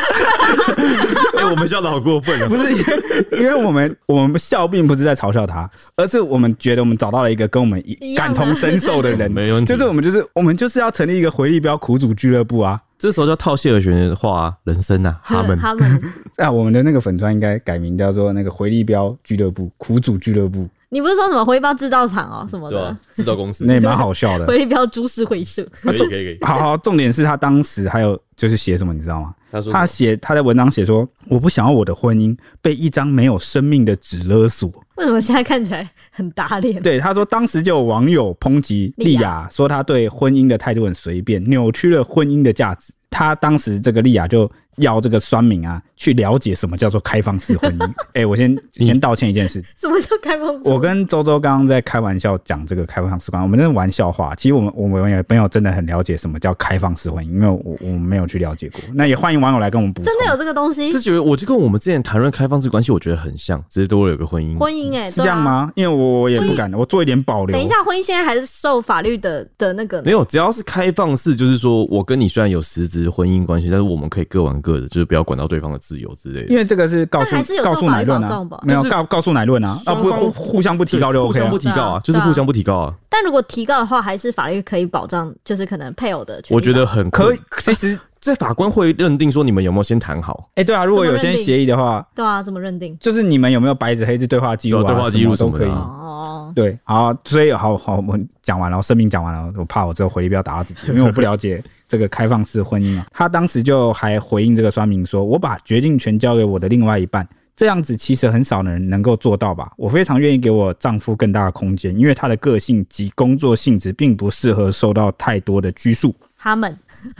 Speaker 4: 哎、我们笑的好过分啊！
Speaker 3: 不是因为因为我们我们笑并不是在嘲笑他，而是我们觉得我们找到了一个跟我们一
Speaker 2: 一样的
Speaker 3: 感同身受的人，
Speaker 4: 没问题
Speaker 3: 就是我们就是我们就是要成立一个回力标苦主俱乐部啊。
Speaker 4: 这时候就要套谢和弦的话、人生啊，他们
Speaker 2: 他 们，
Speaker 3: 啊，我们的那个粉砖应该改名叫做那个回力标俱乐部、苦主俱乐部，
Speaker 2: 你不是说什么回报制造厂哦什么
Speaker 4: 对啊吧、
Speaker 2: 的，
Speaker 4: 制造公司
Speaker 3: 那也蛮 好 笑的。
Speaker 2: 回标株式会社，
Speaker 4: 可以可以可以，
Speaker 3: 好好，重点是他当时还有就是写什么，你知道吗？
Speaker 4: 他说
Speaker 3: 他写他在文章写说，我不想要我的婚姻被一张没有生命的纸勒索。
Speaker 2: 为什么现在看起来很打脸？
Speaker 3: 对，他说当时就有网友抨击
Speaker 2: 莉
Speaker 3: 莉
Speaker 2: 亚
Speaker 3: 亚，说她对婚姻的态度很随便，扭曲了婚姻的价值。他当时这个莉亚就要这个酸民啊，去了解什么叫做开放式婚 姻。哎、我先先道歉一件事，
Speaker 2: 什么叫开放式？
Speaker 3: 我跟周周刚刚在开玩笑讲这个开放式婚姻，我们真的玩笑话。其实我们我们也没有真的很了解什么叫开放式婚姻，因为我我们没有去了解过。那也欢迎网友来跟我们补充。
Speaker 2: 嗯真的有这个东西
Speaker 4: 这，觉得我就跟我们之前谈论开放式关系，我觉得很像，只是多了有个婚姻。
Speaker 2: 婚姻哎、
Speaker 3: 是
Speaker 2: 对
Speaker 3: 这样
Speaker 2: 啊？
Speaker 3: 吗？因为我我也不敢，我做一点保留。
Speaker 2: 等一，下，婚姻现在还是受法律的的那个呢
Speaker 4: 没有，只要是开放式，就是说我跟你虽然有实质婚姻关系，但是我们可以各玩各的，就是不要管到对方的自由之类
Speaker 3: 因
Speaker 4: 的。
Speaker 3: 为这个是告诉
Speaker 2: 但还是有
Speaker 3: 告
Speaker 2: 受
Speaker 3: 诉
Speaker 2: 法
Speaker 3: 乃
Speaker 2: 律
Speaker 3: 论
Speaker 2: 保
Speaker 3: 啊
Speaker 2: 障吧，
Speaker 3: 没有
Speaker 4: 就是
Speaker 3: 告告诉乃论啊，啊
Speaker 4: 双
Speaker 3: 不
Speaker 4: 方
Speaker 3: 互互相不提高就
Speaker 4: 互
Speaker 3: OK
Speaker 4: 相
Speaker 3: 啊
Speaker 4: 不。提告啊，就是互相不提告啊。
Speaker 2: 但如果提告的话，还是法律可以保障，就是可能配偶的权利吧。
Speaker 4: 我觉得很
Speaker 3: 可以
Speaker 4: 困，
Speaker 3: 其实
Speaker 4: 在法官会认定说你们有没有先谈好，
Speaker 3: 哎、对啊，如果有
Speaker 2: 怎么认
Speaker 3: 些
Speaker 2: 定
Speaker 3: 协议的话，
Speaker 2: 对啊，怎么认定？
Speaker 3: 就是你们有没有白纸黑字对话记录啊？
Speaker 4: 有对话记录
Speaker 3: 什
Speaker 4: 什么
Speaker 3: 都可
Speaker 4: 的
Speaker 3: 以。
Speaker 4: 啊
Speaker 2: 哦，
Speaker 3: 对，好，所以好好，我们讲完了，声明讲完了，我怕我之后回力镖打到自 己，因为我不了解这个开放式婚姻啊。他当时就还回应这个酸民说：“我把决定权交给我的另外一半，这样子其实很少人能够做到吧。我非常愿意给我丈夫更大的空间，因为他的个性及工作性质并不适合受到太多的拘束。”
Speaker 2: 他们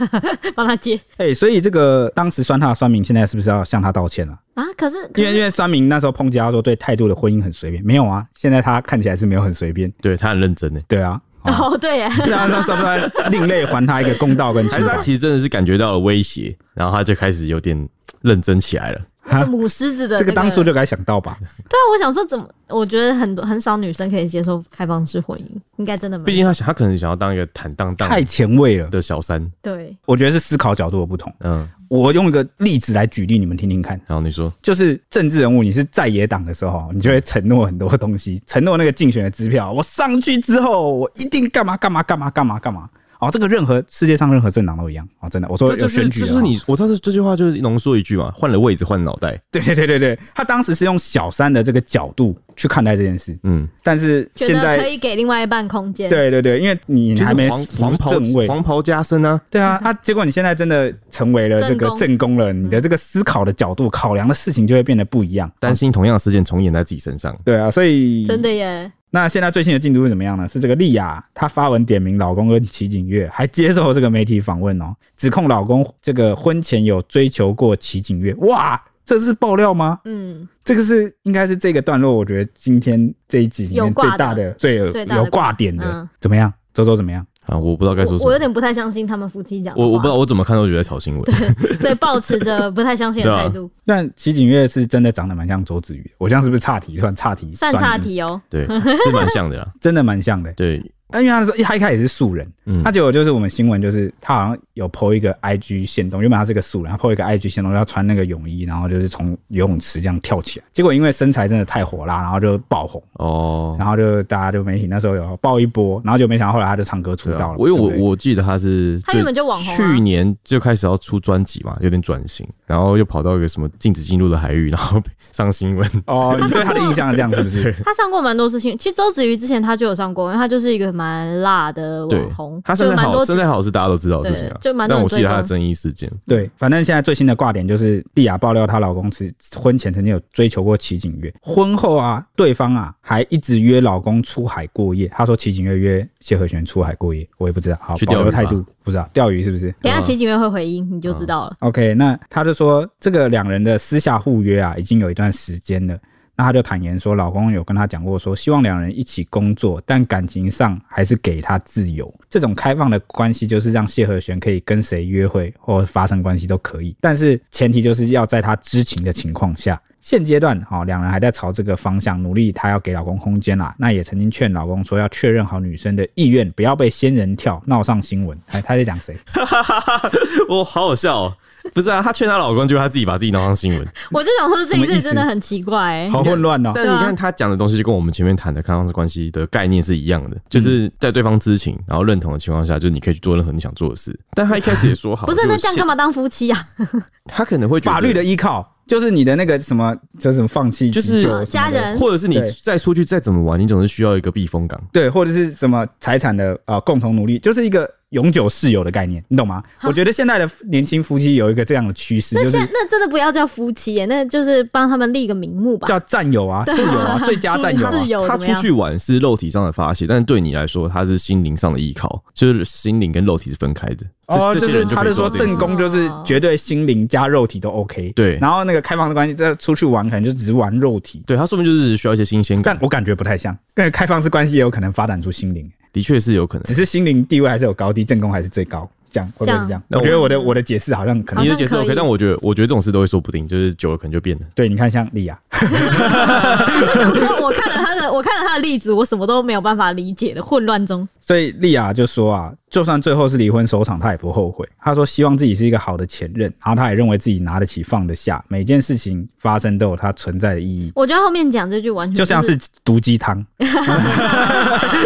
Speaker 2: 帮他接
Speaker 3: 哎、所以这个当时酸他的酸民，现在是不是要向他道歉了、
Speaker 2: 啊。可是，可
Speaker 3: 因为因
Speaker 2: 是
Speaker 3: 为酸民那时候抨击他说对态度的婚姻很随便，没有啊，现在他看起来是没有很随便，
Speaker 4: 对他很认真呢。欸
Speaker 3: 对啊，
Speaker 2: 哦，对 耶，
Speaker 3: 这样算啊算不算另类还他一个公道跟
Speaker 4: 还
Speaker 3: 清
Speaker 4: 是他
Speaker 3: 白？
Speaker 4: 其实真的是感觉到了威胁，然后他就开始有点认真起来了。
Speaker 2: 母狮子的
Speaker 3: 这个
Speaker 2: 那
Speaker 3: 当初就该想到吧？
Speaker 2: 对啊。我想说，怎么？我觉得很多很少女生可以接受开放式婚姻，应该真的没有。
Speaker 4: 毕竟他想，他可能想要当一个坦荡荡
Speaker 3: 太前卫了，
Speaker 4: 的小三。
Speaker 2: 对，
Speaker 3: 我觉得是思考角度的不同。
Speaker 4: 嗯，
Speaker 3: 我用一个例子来举例，你们听听看。
Speaker 4: 然后你说
Speaker 3: 就是政治人物，你是在野党的时候，你就会承诺很多东西，承诺那个竞选的支票，我上去之后，我一定干嘛干嘛干嘛干嘛干嘛。哦，这个任何世界上任何政党都一样哦，真的，我说
Speaker 4: 这
Speaker 3: 有
Speaker 4: 就是
Speaker 3: 选举的
Speaker 4: 这就是
Speaker 3: 话
Speaker 4: 你，我上次这句话就是浓缩一句嘛，换了位置换脑袋。
Speaker 3: 对对对对对，他当时是用小三的这个角度去看待这件事，
Speaker 4: 嗯，
Speaker 3: 但是
Speaker 2: 觉
Speaker 3: 现
Speaker 2: 得
Speaker 3: 在
Speaker 2: 可以给另外一半空间。，
Speaker 3: 对对对，因为你
Speaker 4: 就是
Speaker 3: 还没
Speaker 4: 黄
Speaker 3: 扶
Speaker 4: 黄袍
Speaker 3: 正位，
Speaker 4: 黄袍加身啊，
Speaker 3: 对啊，啊，结果你现在真的成为了这个
Speaker 2: 正宫嗯
Speaker 3: 正宫了，你的这个思考的角度、考量的事情就会变得不一样。
Speaker 4: 担心同样的事件重演在自己身上。
Speaker 3: 对啊，所以
Speaker 2: 真的耶。
Speaker 3: 那现在最新的进度是怎么样呢？是这个莉亚她发文点名老公跟齐景月，还接受这个媒体访问哦，指控老公这个婚前有追求过齐景月。哇，这是爆料吗？
Speaker 2: 嗯，
Speaker 3: 这个是应该是这个段落，我觉得今天这一集里
Speaker 2: 有
Speaker 3: 面最
Speaker 2: 挂的
Speaker 3: 大的、最有
Speaker 2: 最大的
Speaker 3: 有挂点的，
Speaker 2: 嗯
Speaker 3: 怎么样？周周怎么样？
Speaker 4: 啊，我不知道该说什
Speaker 2: 我我有
Speaker 4: 么。
Speaker 2: 点不太相信他们夫妻讲的
Speaker 4: 我我不知道
Speaker 2: 话，
Speaker 4: 我怎么看都觉得在炒新闻，
Speaker 2: 所以保持着不太相信的
Speaker 4: 对啊
Speaker 2: 态度，
Speaker 3: 但齐景月是真的长得蛮像周子瑜的，我这样是不是岔题？算岔题，
Speaker 2: 算
Speaker 3: 转移
Speaker 2: 差，题哦。
Speaker 4: 对，是蛮像的啦。
Speaker 3: 真的蛮像的。
Speaker 4: 对，
Speaker 3: 那因为他是他一开始是素人，
Speaker 4: 嗯
Speaker 3: 他结果就是我们新闻就是他好像有 PO 一个 IG 线动，原本他是个素人，他 PO 一个 IG 线动，他穿那个泳衣，然后就是从游泳池这样跳起来，结果因为身材真的太火辣，然后就爆红，
Speaker 4: 哦，
Speaker 3: 然后就大家就媒体那时候有爆一波，然后就没想到后来他就唱歌出
Speaker 4: 对
Speaker 3: 道
Speaker 4: 啊
Speaker 3: 了，，
Speaker 4: 我因
Speaker 3: 对
Speaker 4: 为
Speaker 3: 不对
Speaker 4: 我我记得他是
Speaker 2: 他原本就网红啊
Speaker 4: 去年就开始要出专辑嘛，有点转型，然后又跑到一个什么禁止进入的海域，然后被上新闻。
Speaker 3: 哦，你对他的印象是这样是不是？
Speaker 2: 他上过蛮多次新闻，其实周子瑜之前他就有上过，因为他就是一个蛮辣的
Speaker 4: 对
Speaker 2: 网红，，
Speaker 4: 他
Speaker 2: 就
Speaker 4: 身材
Speaker 2: 蛮
Speaker 4: 好，
Speaker 2: 多
Speaker 4: 身材好是大家都知道的事情啊
Speaker 2: 对，就蛮多
Speaker 4: 但
Speaker 2: 人
Speaker 4: 我记得他的
Speaker 2: 追踪
Speaker 4: 争议 事件，
Speaker 3: 对，反正现在最新的挂点就是莉亚爆料她老公是婚前曾经有追求过齐景月，婚后啊，对方啊还一直约老公出海过夜。她说齐景月约谢和弦出海过夜，我也不知道，好
Speaker 4: 去
Speaker 3: 保留
Speaker 4: 钓鱼吧
Speaker 3: 态度，不知道钓鱼是不是
Speaker 2: 等一下
Speaker 4: 嗯
Speaker 2: 齐景月会回应，你就知道了。
Speaker 3: ？OK，那她就说这个两人的私下互约啊，已经有一段时间了。那她就坦言说，老公有跟她讲过说，希望两人一起工作，但感情上还是给她自由。这种开放的关系，就是让谢和弦可以跟谁约会或发生关系都可以，但是前提就是要在她知情的情况下。现阶段，哈、两人还在朝这个方向努力，她要给老公空间啦。那也曾经劝老公说，要确认好女生的意愿，不要被仙人跳闹上新闻。哎，她在讲谁？
Speaker 4: 我好好笑哦！不是啊，她劝她老公，就她自己把自己闹上 新闻。
Speaker 2: 我就想说这一
Speaker 3: 什么意
Speaker 2: 对
Speaker 3: 思
Speaker 2: 真的很奇
Speaker 4: 嗯
Speaker 2: 怪、欸，
Speaker 3: 好混乱哦。
Speaker 4: 但你看她讲的东西，就跟我们前面谈的开放式关系的概念是一样
Speaker 2: 嗯
Speaker 4: 的，就是在对方知情然后认同的情况下，就是你可以去做任何你想做的事。但她一开始也说好，
Speaker 2: 不是那这样干
Speaker 4: 嘛？
Speaker 2: 嘛当夫妻啊？
Speaker 4: 她可能会觉得
Speaker 3: 法律的依靠就是你的那个什么，就是什么放弃急救
Speaker 4: 就是
Speaker 3: 什么的
Speaker 2: 家人
Speaker 4: 或者是你
Speaker 3: 对
Speaker 4: 再出去再怎么玩，你总是需要一个避风港。
Speaker 3: 对，或者是什么财产的啊、呃共同努力，就是一个永久室友的概念，你懂吗？我觉得现在的年轻夫妻有一个这样的趋势，就
Speaker 2: 那
Speaker 3: 是
Speaker 2: 现那真的不要叫夫妻、欸，那就是帮他们立个名目吧。
Speaker 3: 叫战友啊、室友 啊、最佳战友啊
Speaker 2: 室。友
Speaker 4: 他
Speaker 2: 怎么
Speaker 4: 出
Speaker 2: 样？
Speaker 4: 去玩是肉体上的发泄，但是对你来说，他是心灵上的依靠，就是心灵跟肉体是分开的。这
Speaker 3: 哦，
Speaker 4: 这
Speaker 3: 就
Speaker 4: 些
Speaker 3: 是
Speaker 4: 人就
Speaker 3: 他
Speaker 4: 可以
Speaker 3: 就
Speaker 4: 做
Speaker 3: 说
Speaker 4: 到这件
Speaker 3: 正
Speaker 4: 事
Speaker 2: 哦
Speaker 3: 宫就是绝对心灵加肉体都 OK，
Speaker 4: 对
Speaker 3: 然后那个开放式关系，这出去玩可能就只是玩肉体，
Speaker 4: 对他说明就是需要一些新鲜
Speaker 3: 但
Speaker 4: 感，
Speaker 3: 我感觉不太像。那个开放式关系也有可能发展出心灵，
Speaker 4: 的确是有可能
Speaker 3: 只。是心灵地位还是有高低，正宫还是最高，这样会不会是这
Speaker 2: 这
Speaker 3: 样
Speaker 2: 样？
Speaker 3: 我觉得我的我的解释好像可能
Speaker 4: 你的解释
Speaker 2: 好像可
Speaker 4: OK，
Speaker 2: 以
Speaker 4: 但我觉得我觉得这种事都会说不定，就是久了可能就变了。
Speaker 3: 对，你看像莉亚，
Speaker 2: 我就想说，我看了他的，我看了他的例子，我什么都没有办法理解的混乱中，
Speaker 3: 所以莉亚就说啊，就算最后是离婚收场，她也不后悔。她说希望自己是一个好的前任，然后她也认为自己拿得起放得下，每件事情发生都有它存在的意义，
Speaker 2: 我觉得后面讲这句完全
Speaker 3: 就像
Speaker 2: 嗯是
Speaker 3: 是毒鸡汤。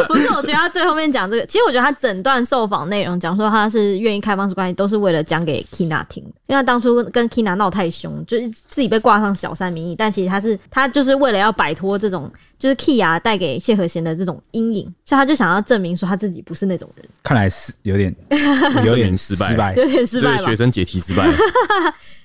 Speaker 2: 不是，我觉得他最后面讲这个，其实我觉得他整段受访内容讲说他是愿意开放式关系，都是为了讲给 Kina 听，因为他当初跟跟 Kina 闹太凶，就是自己被挂上小三名义，但其实他是他就是为了要摆脱这种就是 Kia 带给谢和弦的这种阴影，所以他就想要证明说他自己不是那种人，
Speaker 3: 看来是有点有点失
Speaker 4: 失败
Speaker 3: 败。
Speaker 2: 有点
Speaker 4: 这
Speaker 2: 失败
Speaker 4: 个
Speaker 2: 吧
Speaker 4: 学？生解题 失败了，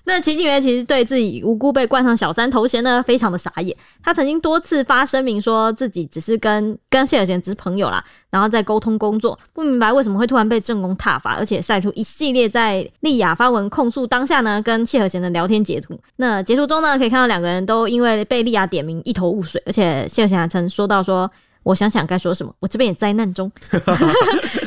Speaker 2: 那齐景元其实对自己无辜被冠上小三头衔呢，非常的傻眼。他曾经多次发声明说自己只是跟跟谢尔贤只是朋友啦，然后在沟通工作，不明白为什么会突然被正宫挞伐，而且晒出一系列在丽雅发文控诉当下呢跟谢和弦的聊天截图。那截图中呢，可以看到两个人都因为被丽雅点名一头雾水，而且谢和弦还曾说到说。我想想该说什么，我这边也灾难中。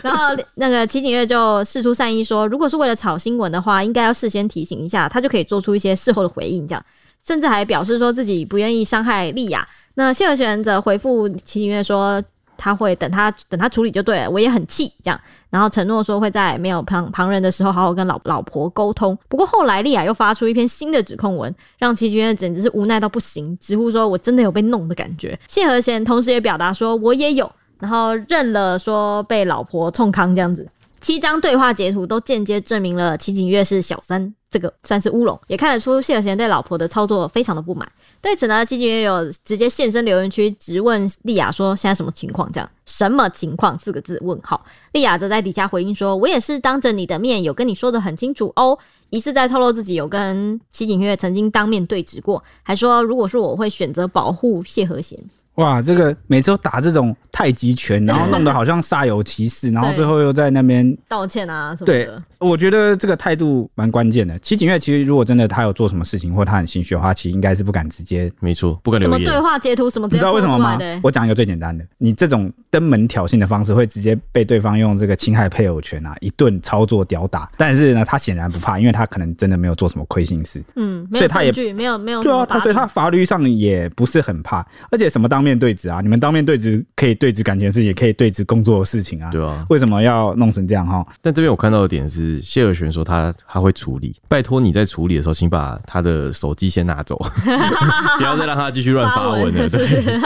Speaker 2: 然后那个齐景月就释出善意说，如果是为了炒新闻的话，应该要事先提醒一下，他就可以做出一些事后的回应，这样，甚至还表示说自己不愿意伤害丽雅。那谢和弦则回复齐景月说，他会等他等他处理就对了，我也很气这样，然后承诺说会在没有旁旁人的时候好好跟老老婆沟通。不过后来丽雅又发出一篇新的指控文，让齐景月简直是无奈到不行，直呼说我真的有被弄的感觉。谢和弦同时也表达说我也有，然后认了说被老婆冲康这样子。七张对话截图都间接证明了齐景月是小三，这个算是乌龙，也看得出谢和弦对老婆的操作非常的不满。对此呢，齐景月有直接现身留言区直问丽雅说现在什么情况？这样什么情况四个字问号。丽雅则在底下回应说：“我也是当着你的面有跟你说的很清楚哦。”疑似在透露自己有跟齐景月曾经当面对质过，还说如果是我会选择保护谢和弦。
Speaker 3: 哇，这个每次都打这种太极拳，然后弄得好像煞有其事，然后最后又在那边。
Speaker 2: 道歉啊什么
Speaker 3: 对
Speaker 2: 的，，
Speaker 3: 我觉得这个态度蛮关键的。齐景月其实如果真的他有做什么事情，或他很心虚的话，其实应该是不敢直接
Speaker 4: 没错，不敢
Speaker 2: 什
Speaker 4: 留
Speaker 2: 么对
Speaker 4: 言。
Speaker 2: 话截图什么直接
Speaker 3: 你知道为
Speaker 2: 播
Speaker 3: 什么
Speaker 2: 出来
Speaker 3: 吗
Speaker 2: 的、欸？
Speaker 3: 我讲一个最简单的，你这种登门挑衅的方式，会直接被对方用这个侵害配偶权啊一顿操作吊打。但是呢，他显然不怕，因为他可能真的没有做什么亏心事。
Speaker 2: 嗯，没
Speaker 3: 所以
Speaker 2: 有
Speaker 3: 他也
Speaker 2: 证据，没有没有
Speaker 3: 对
Speaker 2: 什
Speaker 3: 啊，
Speaker 2: 么
Speaker 3: 他
Speaker 2: 把
Speaker 3: 所以
Speaker 2: 柄
Speaker 3: 他法律上也不是很怕，而且什么当面对质啊，你们当面对质可以对质感情的事，也可以对质工作的事情啊。
Speaker 4: 对啊，
Speaker 3: 为什么要弄成这样哈？
Speaker 4: 但这边我看到的点是，谢尔璇说他他会处理，拜托你在处理的时候，请把他的手机先拿 走， 不要再让他继续
Speaker 3: 啊
Speaker 4: 乱发文了。
Speaker 2: 是不
Speaker 4: 对，
Speaker 2: 是？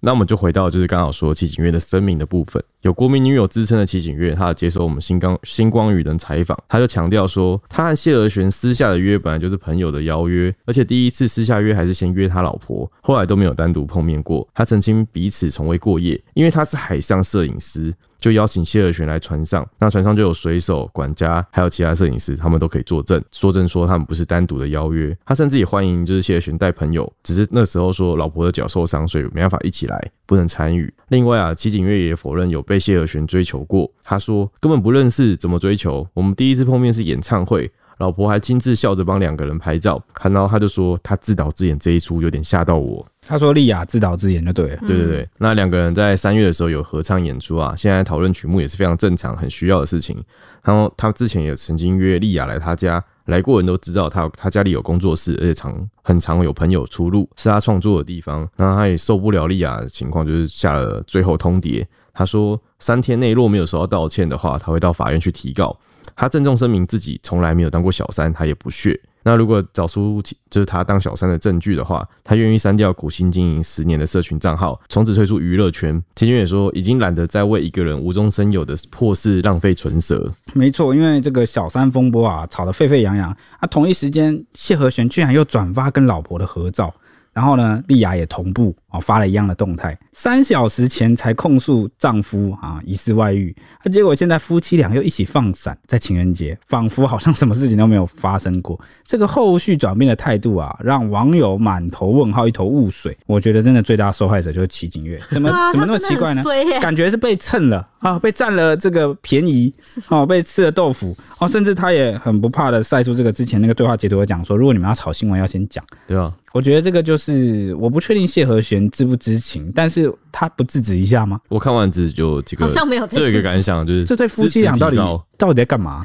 Speaker 4: 那我们就回到就是刚好说齐景月的声明的部分，有国民女友之称的齐景月，她接受我们星光星光雨人采访，她就强调说，她和谢和弦私下的约本来就是朋友的邀约，而且第一次私下约还是先约他老婆，后来都没有单独碰面过。她曾经彼此从未过夜，因为她是海上摄影师。就邀请谢和弦来船上，那船上就有水手、管家，还有其他摄影师，他们都可以作证，说证说他们不是单独的邀约。他甚至也欢迎就是谢和弦带朋友，只是那时候说老婆的脚受伤，所以没办法一起来，不能参与。另外啊，齐景月也否认有被谢和弦追求过，他说根本不认识，怎么追求？我们第一次碰面是演唱会。老婆还亲自笑着帮两个人拍照，然后他就说他自导自演这一出有点吓到我，
Speaker 3: 他说莉亚自导自演就对了。
Speaker 4: 对对对，那两个人在三月的时候有合唱演出啊，现在讨论曲目也是非常正常、很需要的事情。然后他之前也曾经约莉亚来他家，来过人都知道他他家里有工作室，而且常很常有朋友出入，是他创作的地方。那他也受不了莉亚的情况，就是下了最后通牒。他说，三天内若没有收到道歉的话，他会到法院去提告。他郑重声明自己从来没有当过小三，他也不屑。那如果找出其就是他当小三的证据的话，他愿意删掉苦心经营十年的社群账号，从此退出娱乐圈。秦军也说，已经懒得再为一个人无中生有的破事浪费唇舌。
Speaker 3: 没错，因为这个小三风波啊，吵得沸沸扬扬。啊，同一时间，谢和弦居然又转发跟老婆的合照，然后呢，丽雅也同步哦发了一样的动态。三小时前才控诉丈夫啊疑似外遇，啊，结果现在夫妻俩又一起放闪，在情人节，仿佛好像什么事情都没有发生过。这个后续转变的态度啊，让网友满头问号，一头雾水。我觉得真的最大受害者就是齐景月，怎么
Speaker 2: 对啊，
Speaker 3: 怎么
Speaker 2: 他
Speaker 3: 那么
Speaker 2: 真的
Speaker 3: 奇怪呢
Speaker 2: 很？衰 耶、
Speaker 3: 感觉是被蹭了啊，被占了这个 便宜啊，被吃了豆腐哦、甚至他也很不怕的晒出这个之前那个对话截图，有讲说，如果你们要炒新闻，要先讲。
Speaker 4: 对啊，
Speaker 3: 我觉得这个就是我不确定谢和弦知不知情，但是他不制止一下吗？
Speaker 4: 我看完只有几个，
Speaker 2: 好像没有在
Speaker 4: 只有一个
Speaker 2: 自己
Speaker 4: 感想，就是
Speaker 3: 这对夫妻俩到底
Speaker 4: 知道
Speaker 3: 到底在干嘛？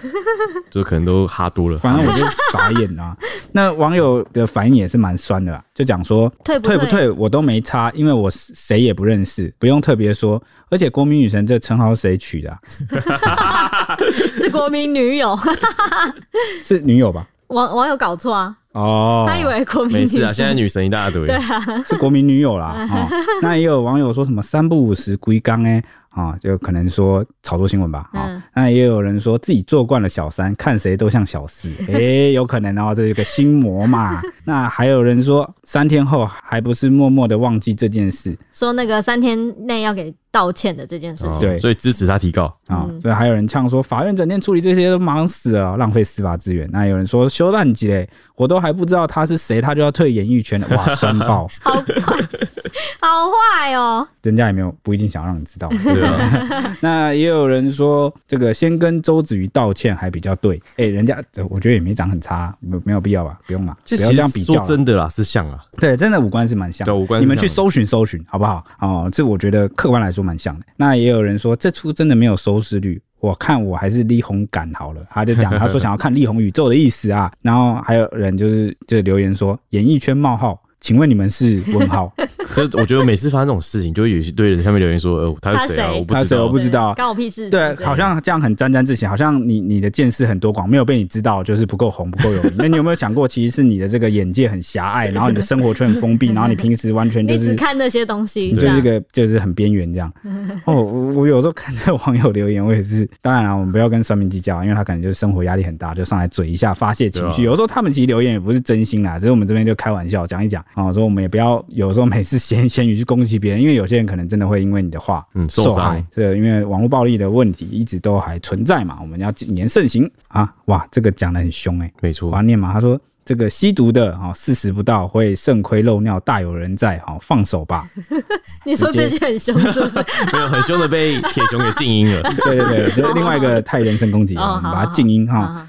Speaker 4: 就可能都哈多了。
Speaker 3: 反正我就傻眼 啦、那网友的反应也是蛮酸的啦，啊就讲说
Speaker 2: 退不
Speaker 3: 退不
Speaker 2: 退
Speaker 3: 退我都没差，因为我谁也不认识，不用特别说。而且国民女神这称号谁取的啊、
Speaker 2: 是国民女友，
Speaker 3: 是女友吧？
Speaker 2: 网网友搞错啊，
Speaker 3: 哦，
Speaker 2: 他以为国民
Speaker 4: 没
Speaker 2: 女
Speaker 4: 事啊，
Speaker 2: 生
Speaker 4: 现在女神一大堆。
Speaker 3: 是国民女友 啦。哦，那也有网友说什么三不五时归缸哎啊，就可能说炒作新闻吧啊、
Speaker 2: 嗯
Speaker 3: 那也有人说自己做惯了小三，看谁都像小四，哎、 有可能哦，这是个心魔嘛。那还有人说三天后还不是默默的忘记这件事
Speaker 2: 说那个三天内要给道歉的这件事
Speaker 4: 哦
Speaker 2: 情，
Speaker 3: 对
Speaker 4: 所以支持他提告。
Speaker 3: 啊、
Speaker 2: 嗯
Speaker 3: 所以还有人呛说法院整天处理这些都忙死了，浪费司法资源。那有人说修烂级嘞，我都还不知道他是谁，他就要退演艺圈了，哇，酸爆！
Speaker 2: 好快，好坏哦，
Speaker 3: 人家也没有不一定想让你知道。
Speaker 4: 对啊，
Speaker 3: 那也有人说，这个先跟周子瑜道歉还比较对。哎、人家这我觉得也没长很差，啊没没有必要吧？不用嘛，不
Speaker 4: 这
Speaker 3: 要
Speaker 4: 其
Speaker 3: 这
Speaker 4: 实
Speaker 3: 样比
Speaker 4: 说
Speaker 3: 较啦。啊
Speaker 4: 真的啦，是像啊，
Speaker 3: 对，真的五官是蛮像的。
Speaker 4: 对五官是
Speaker 3: 你们
Speaker 4: 像
Speaker 3: 去
Speaker 4: 的
Speaker 3: 搜寻搜寻好不好？哦，这我觉得客观来说蛮像的。那也有人说，这出真的没有收视率。我看我还是力宏感好了，他就 讲他说想要看力宏宇宙的意思啊，然后还有人就是就留言说演艺圈冒号，请问你们是问号？
Speaker 4: 这我觉得每次发生这种事情，就会有一堆人下面留言说：“呃，他是谁
Speaker 2: 他
Speaker 4: 啊？
Speaker 2: 谁
Speaker 4: 我不
Speaker 3: 他
Speaker 4: 知
Speaker 3: 谁
Speaker 4: 道。
Speaker 3: 我不知道
Speaker 2: 对，关我屁事。
Speaker 3: 对，好像这样很沾沾自喜，好像你你的见识很多广，没有被你知道，就是不够红，不够有名。那你有没有想过，其实是你的这个眼界很狭隘，然后你的生活圈很封 闭，然后你平时完全就
Speaker 2: 你 只
Speaker 3: 是。
Speaker 2: 看那些东西，
Speaker 3: 你
Speaker 2: 这
Speaker 3: 就
Speaker 2: 样
Speaker 3: 是个就是很边缘这 样哦，我我有时候看这网友留言，我也是，当然了、我们不要跟酸民计较，因为他可能就是生活压力很大，就上来嘴一下发泄情绪。
Speaker 4: 对啊
Speaker 3: 有时候他们其实留言也不是真心啦，只是我们这边就开玩笑讲一讲
Speaker 4: 嗯
Speaker 3: 啊、哦，说我们也不要有时候每次闲 闲语去攻击别人，因为有些人可能真的会因为你的话
Speaker 4: 嗯受
Speaker 3: 受
Speaker 4: 伤
Speaker 3: 害，对，因为网络暴力的问题一直都还存在嘛，我们要谨言慎行啊！哇，这个讲的很凶哎、欸，
Speaker 4: 没错
Speaker 3: 我要，念嘛。他说这个吸毒的啊，四、十不到会肾亏漏尿，大有人在哈、哦放手吧。
Speaker 2: 你说这句很凶，是不是？
Speaker 4: 没有很凶的被铁熊给静音了。
Speaker 3: 对对对，这是另外一个太人身攻击啊，
Speaker 2: 哦
Speaker 3: 我们把
Speaker 2: 好
Speaker 3: 它
Speaker 2: 好
Speaker 3: 静音
Speaker 2: 好
Speaker 3: 哈。
Speaker 2: 好好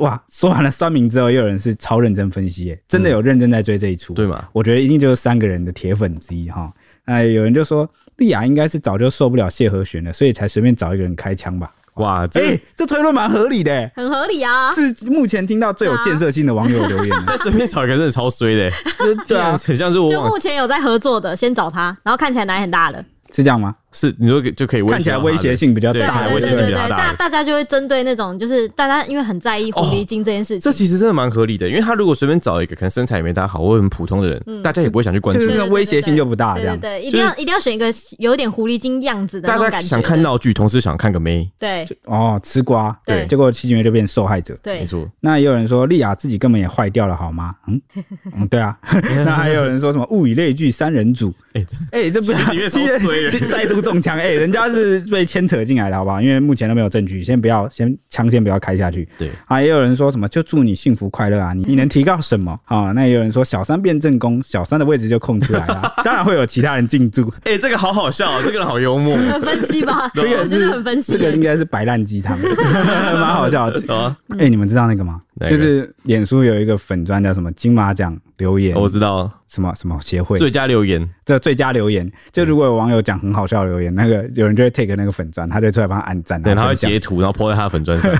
Speaker 3: 哇，说完了酸民之后，又有人是超认真分析耶，真的有认真在追这一出。
Speaker 4: 对嘛？
Speaker 3: 我觉得一定就是三个人的铁粉之一哈。那有人就说，丽雅应该是早就受不了谢和弦了，所以才随便找一个人开枪吧。
Speaker 4: 哇，
Speaker 3: 哎、
Speaker 4: 这
Speaker 3: 这推论蛮合理的耶，
Speaker 2: 很合理啊。
Speaker 3: 是目前听到最有建设性的网友留言了。
Speaker 4: 那随便找一个真的超衰的欸，
Speaker 3: 对啊，
Speaker 4: 很像是我
Speaker 2: 就
Speaker 4: 往
Speaker 2: 目前有在合作的，先找他，然后看起来奶很大了，
Speaker 3: 是这样吗？
Speaker 4: 是你说就可以威胁
Speaker 3: 看起来
Speaker 4: 到他的
Speaker 3: 威胁性比较
Speaker 4: 对
Speaker 3: 大，
Speaker 4: 大
Speaker 2: 对
Speaker 4: 威胁
Speaker 2: 对
Speaker 4: 性
Speaker 2: 对
Speaker 4: 比
Speaker 2: 对
Speaker 4: 较，大
Speaker 2: 大
Speaker 4: 的
Speaker 2: 大家就会针对那种，就是大家因为很在意狐
Speaker 3: 哦
Speaker 2: 狸精这件事
Speaker 4: 这
Speaker 2: 情，
Speaker 4: 其实真的蛮合理的，因为他如果随便找一个可能身材也没他好，或者很普通的人，
Speaker 2: 嗯
Speaker 4: 大家也不会想去关
Speaker 3: 就
Speaker 4: 注
Speaker 3: 是。
Speaker 2: 对
Speaker 3: 那
Speaker 2: 对对
Speaker 3: 个威胁性就不大，
Speaker 2: 对
Speaker 3: 这样
Speaker 2: 对。对，一定要一定要选一个有点狐狸精样子的那
Speaker 4: 大
Speaker 2: 种
Speaker 4: 家
Speaker 2: 感觉的，
Speaker 4: 想看闹剧，同时想看个妹，
Speaker 2: 对
Speaker 3: 哦，吃瓜，
Speaker 2: 对
Speaker 3: 结果七景月就变受害者。
Speaker 2: 对
Speaker 4: 没，错，
Speaker 3: 那也有人说，丽雅自己根本也坏掉了，好吗？ 嗯，嗯，对啊。 那还有人说什么物以类聚，三人组？
Speaker 4: 哎这
Speaker 3: 哎、这 不
Speaker 4: 七景月超衰 耶
Speaker 3: 这再度中枪。哎、人家是被牵扯进来的，好不好？因为目前都没有证据，先不要，先枪先不要开下去。
Speaker 4: 对，
Speaker 3: 啊，也有人说什么就祝你幸福快乐 啊，你你能提高什么啊、那也有人说小三变正宫，小三的位置就空出来了， 当然会有其他人进驻。
Speaker 4: 哎，这个好好笑哦，这个人好 幽默
Speaker 2: 很分析吧，
Speaker 3: 这个
Speaker 2: 我觉
Speaker 3: 是
Speaker 2: 得很分析
Speaker 3: 这，个应该是白烂鸡汤，蛮好笑的。
Speaker 4: 啊！
Speaker 3: 哎、你们知道那个吗？
Speaker 4: 哪一
Speaker 3: 就
Speaker 4: 个
Speaker 3: 是脸书有一个粉专叫什么金马奖留言，
Speaker 4: 哦我知道
Speaker 3: 什么什么协会
Speaker 4: 最佳留言，
Speaker 3: 这最佳留言，就如果有网友讲很好笑的留言，那个有人就会 take 那个粉砖，他就出来帮他按赞，
Speaker 4: 对，
Speaker 3: 然
Speaker 4: 他
Speaker 3: 后
Speaker 4: 会
Speaker 3: 分享
Speaker 4: 截图，然后 po 在他的粉砖 上，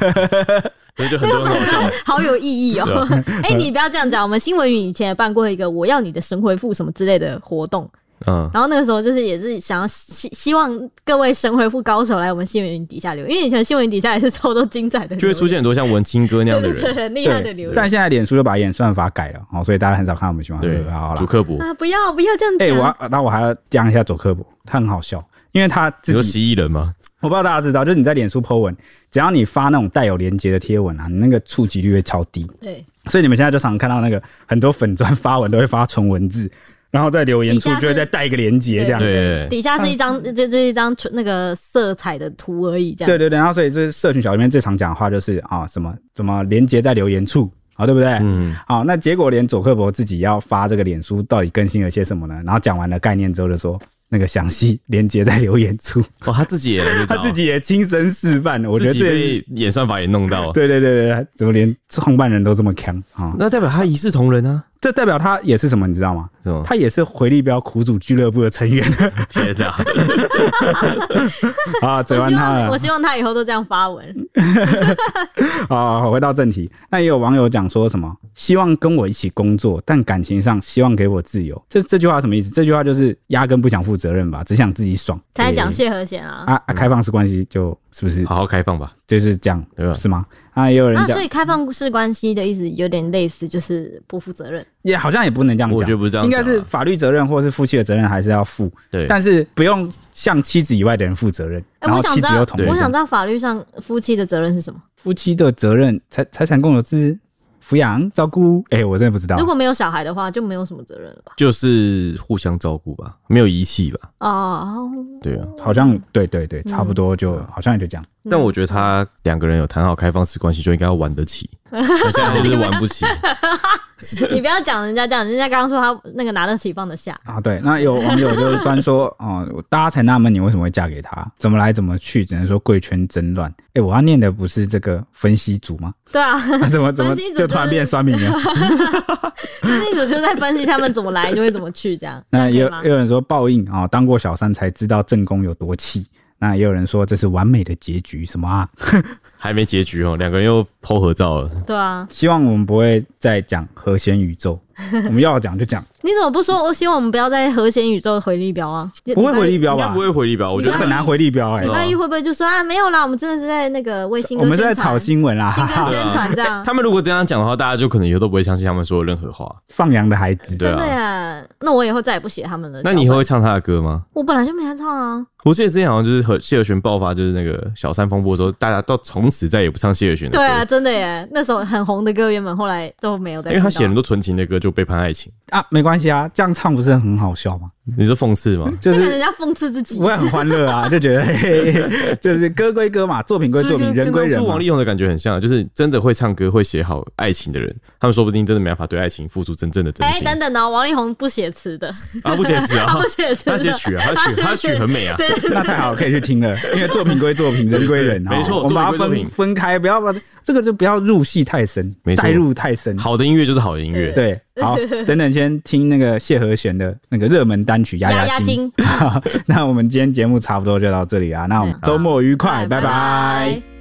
Speaker 4: 所以就很多人好笑。
Speaker 2: 好有意义哦、 哎、你不要这样讲，我们新闻云以前也办过一个“我要你的神回复”什么之类的活动，
Speaker 4: 嗯，
Speaker 2: 然后那个时候就是也是想要希希望各位神回复高手来我们新闻云底下留言，因为以前新闻云底下也是超多精彩的留言，
Speaker 4: 就会出现很多像文青哥那样的
Speaker 2: 对对
Speaker 4: 人，
Speaker 2: 对很厉害的留
Speaker 3: 对，
Speaker 2: 言
Speaker 3: 但现在脸书就把演算法改了，哦，所以大家很少看我们喜欢的
Speaker 4: 对
Speaker 3: 歌好，
Speaker 4: 主
Speaker 3: 了。
Speaker 4: 客博，
Speaker 2: 啊！不要不要这样
Speaker 3: 哎、
Speaker 2: 讲，
Speaker 3: 我要，那我还要讲一下佐科博，他很好笑，因为他
Speaker 4: 你说
Speaker 3: 自己，
Speaker 4: 蜥蜴人吗？
Speaker 3: 我不知道大家知道，就是你在脸书 po 文，只要你发那种带有连接的贴文啊，你那个触及率会超低，
Speaker 2: 对
Speaker 3: 所以你们现在就常看到那个很多粉砖发文都会发纯文字，然后在留言处
Speaker 2: 底下是
Speaker 3: 就会再带一个连接这样。
Speaker 4: 对，
Speaker 2: 底下是一张这这一张纯那个色彩的图而已，这样
Speaker 3: 对对对，然后所以这社群小里面最常讲的话就是啊，什么什么连接在留言处啊，对不对？
Speaker 4: 嗯，
Speaker 3: 好，那结果连佐克伯自己要发这个脸书到底更新了些什么呢？然后讲完了概念之后就说。那个详细连接在留言处，
Speaker 4: 哦，他自己也来这
Speaker 3: 他
Speaker 4: 招
Speaker 3: 自己也亲身示范了。我觉得
Speaker 4: 自己
Speaker 3: 这也是
Speaker 4: 被演算法也弄到，
Speaker 3: 对对对对，怎么连创办人都这么强啊、
Speaker 4: 那代表他一视同仁啊，
Speaker 3: 这代表他也是什么，你知道吗？
Speaker 4: 是吗？
Speaker 3: 他也是回力标苦主俱乐部的成员
Speaker 4: 天哪，
Speaker 3: 啊！嘴
Speaker 2: 我
Speaker 3: 完
Speaker 2: 希
Speaker 3: 他
Speaker 2: 望
Speaker 3: 了嗯
Speaker 2: 我希望他以后都这样发文，
Speaker 3: 啊！回到正题，那也有网友讲说什么希望跟我一起工作，但感情上希望给我自由。这这句话什么意思？这句话就是压根不想负责任吧，只想自己爽。
Speaker 2: 才讲谢和弦啊。
Speaker 3: 啊啊！开放式关系就是不是
Speaker 4: 嗯好好开放吧，
Speaker 3: 就是这样，
Speaker 4: 对吧
Speaker 3: 是吗？啊，也有人
Speaker 2: 那
Speaker 3: 讲
Speaker 2: 所，以开放式关系的意思有点类似，就是不负责任。
Speaker 3: 也好像也不能这样
Speaker 4: 我觉得
Speaker 3: 讲，
Speaker 4: 不是这样
Speaker 3: 应
Speaker 4: 讲
Speaker 3: 该
Speaker 4: 啊，
Speaker 3: 是法律责任或是夫妻的责任还是要负，
Speaker 4: 对，
Speaker 3: 但是不用向妻子以外的人负责任。
Speaker 2: 哎、
Speaker 3: 然后
Speaker 2: 我想
Speaker 3: 妻
Speaker 2: 知
Speaker 3: 子
Speaker 2: 道
Speaker 3: 又同意，
Speaker 2: 我想知道法律上夫妻的责任是什么？
Speaker 3: 夫妻的责任财财产共有制、抚养、照顾，哎，我真的不知道
Speaker 2: 如。果没有小孩的话，就没有什么责任了吧？
Speaker 4: 就是互相照顾吧，没有遗弃吧，
Speaker 2: 哦，
Speaker 4: 对啊。
Speaker 3: 好
Speaker 2: 嗯
Speaker 3: 像对对对，差不多就好像也就这样。
Speaker 4: 但我觉得他两个人有谈好开放式关系，就应该要玩得起，现在就是玩不起，
Speaker 2: 你不要讲人家这样，人家刚刚说他那个拿得起放得下，
Speaker 3: 啊，对，那有网友就是 酸说，哦、大家才纳闷你为什么会嫁给他，怎么来怎么去，只能说贵圈真乱。哎、我要念的不是这个分析组吗？
Speaker 2: 对啊，
Speaker 3: 啊、怎么怎么
Speaker 2: 分析组
Speaker 3: 就突然
Speaker 2: 就是
Speaker 3: 变 酸民了？
Speaker 2: 那一组就在分析他们怎么来，就会怎么去，这样。
Speaker 3: 那也
Speaker 2: 这样
Speaker 3: 有
Speaker 2: 可以
Speaker 3: 也
Speaker 2: 吗？
Speaker 3: 有人说报应啊、哦当过小三才知道正宫有多气。那也有人说这是完美的结局，什么啊？
Speaker 4: 还没结局哦，两个人又剖合照了，
Speaker 2: 对啊，
Speaker 3: 希望我们不会再讲和弦 宇宙，我们要讲就讲，
Speaker 2: 你怎么不说？我希望我们不要在和弦宇宙回力标啊，
Speaker 3: 不会回力
Speaker 2: 标。
Speaker 3: 标
Speaker 4: 应该
Speaker 3: 吧
Speaker 4: 不？会回礼吧？我觉
Speaker 3: 这
Speaker 4: 得
Speaker 3: 很难回力标哎、
Speaker 2: 礼拜一会不会就说啊没有啦，我们真的是在那个为新歌
Speaker 3: 我们是在
Speaker 2: 宣传
Speaker 3: 炒新闻啦，啊哈
Speaker 2: 新歌
Speaker 3: 哈，
Speaker 2: 宣传这样。
Speaker 4: 他们如果这样讲的话，大家就可能以后都不会相信他们说的任何话。
Speaker 3: 放羊的孩子。
Speaker 4: 对
Speaker 2: 真的
Speaker 4: 啊，
Speaker 2: 耶，那我以后再也不写他们的脚
Speaker 4: 那
Speaker 2: 本。
Speaker 4: 你以后会唱他的歌吗？
Speaker 2: 我本来就没爱唱 啊，
Speaker 4: 我记得之前好像就是和谢和弦爆发，就是那个小三风波的时候，大家到从此再也不唱谢和弦的歌，
Speaker 2: 对啊，真的耶，那首很红的歌原本后来都没有再
Speaker 4: 因为他
Speaker 2: 听到
Speaker 4: 写很多纯情的歌就背叛爱情，
Speaker 3: 啊，没关系啊，这样唱不是很好笑吗？
Speaker 4: 你是讽刺吗？
Speaker 3: 就
Speaker 2: 这个人
Speaker 3: 是
Speaker 2: 家讽刺自己
Speaker 3: 我，也很欢乐 啊，就觉得 嘿嘿嘿就是歌归歌嘛，作品归作
Speaker 4: 这
Speaker 3: 品，
Speaker 4: 跟
Speaker 3: 人归
Speaker 4: 跟当
Speaker 3: 人
Speaker 4: 初
Speaker 3: 嘛
Speaker 4: 王力。宏的感觉很像，就是真的会唱歌、会写好爱情的人，他们说不定真的没办法对爱情付出真正的真
Speaker 2: 哎、
Speaker 4: 心。
Speaker 2: 等等哦，王力宏不写词的，
Speaker 4: 啊，不写词啊
Speaker 2: 他不，写词的，
Speaker 4: 他写曲啊，他曲他曲很美啊。
Speaker 2: 对，
Speaker 3: 那太好，可以去听了，因为作品归作 品，人归人啊。
Speaker 4: 没错
Speaker 3: 我们把它
Speaker 4: 作品归作
Speaker 3: 分
Speaker 4: 品
Speaker 3: 分开，不要把这个就不要入戏太深
Speaker 4: 没，错
Speaker 3: 带入太深。
Speaker 4: 好的音乐就是好的音乐，
Speaker 3: 对，好，等等，先听那个谢和弦的那个热门单曲《压
Speaker 2: 压
Speaker 3: 压
Speaker 2: 压
Speaker 3: 惊》
Speaker 2: 惊，
Speaker 3: 那我们今天节目差不多就到这里啊，那我们
Speaker 2: 嗯
Speaker 3: 周末愉快，
Speaker 2: 拜
Speaker 3: 拜拜。
Speaker 2: 拜。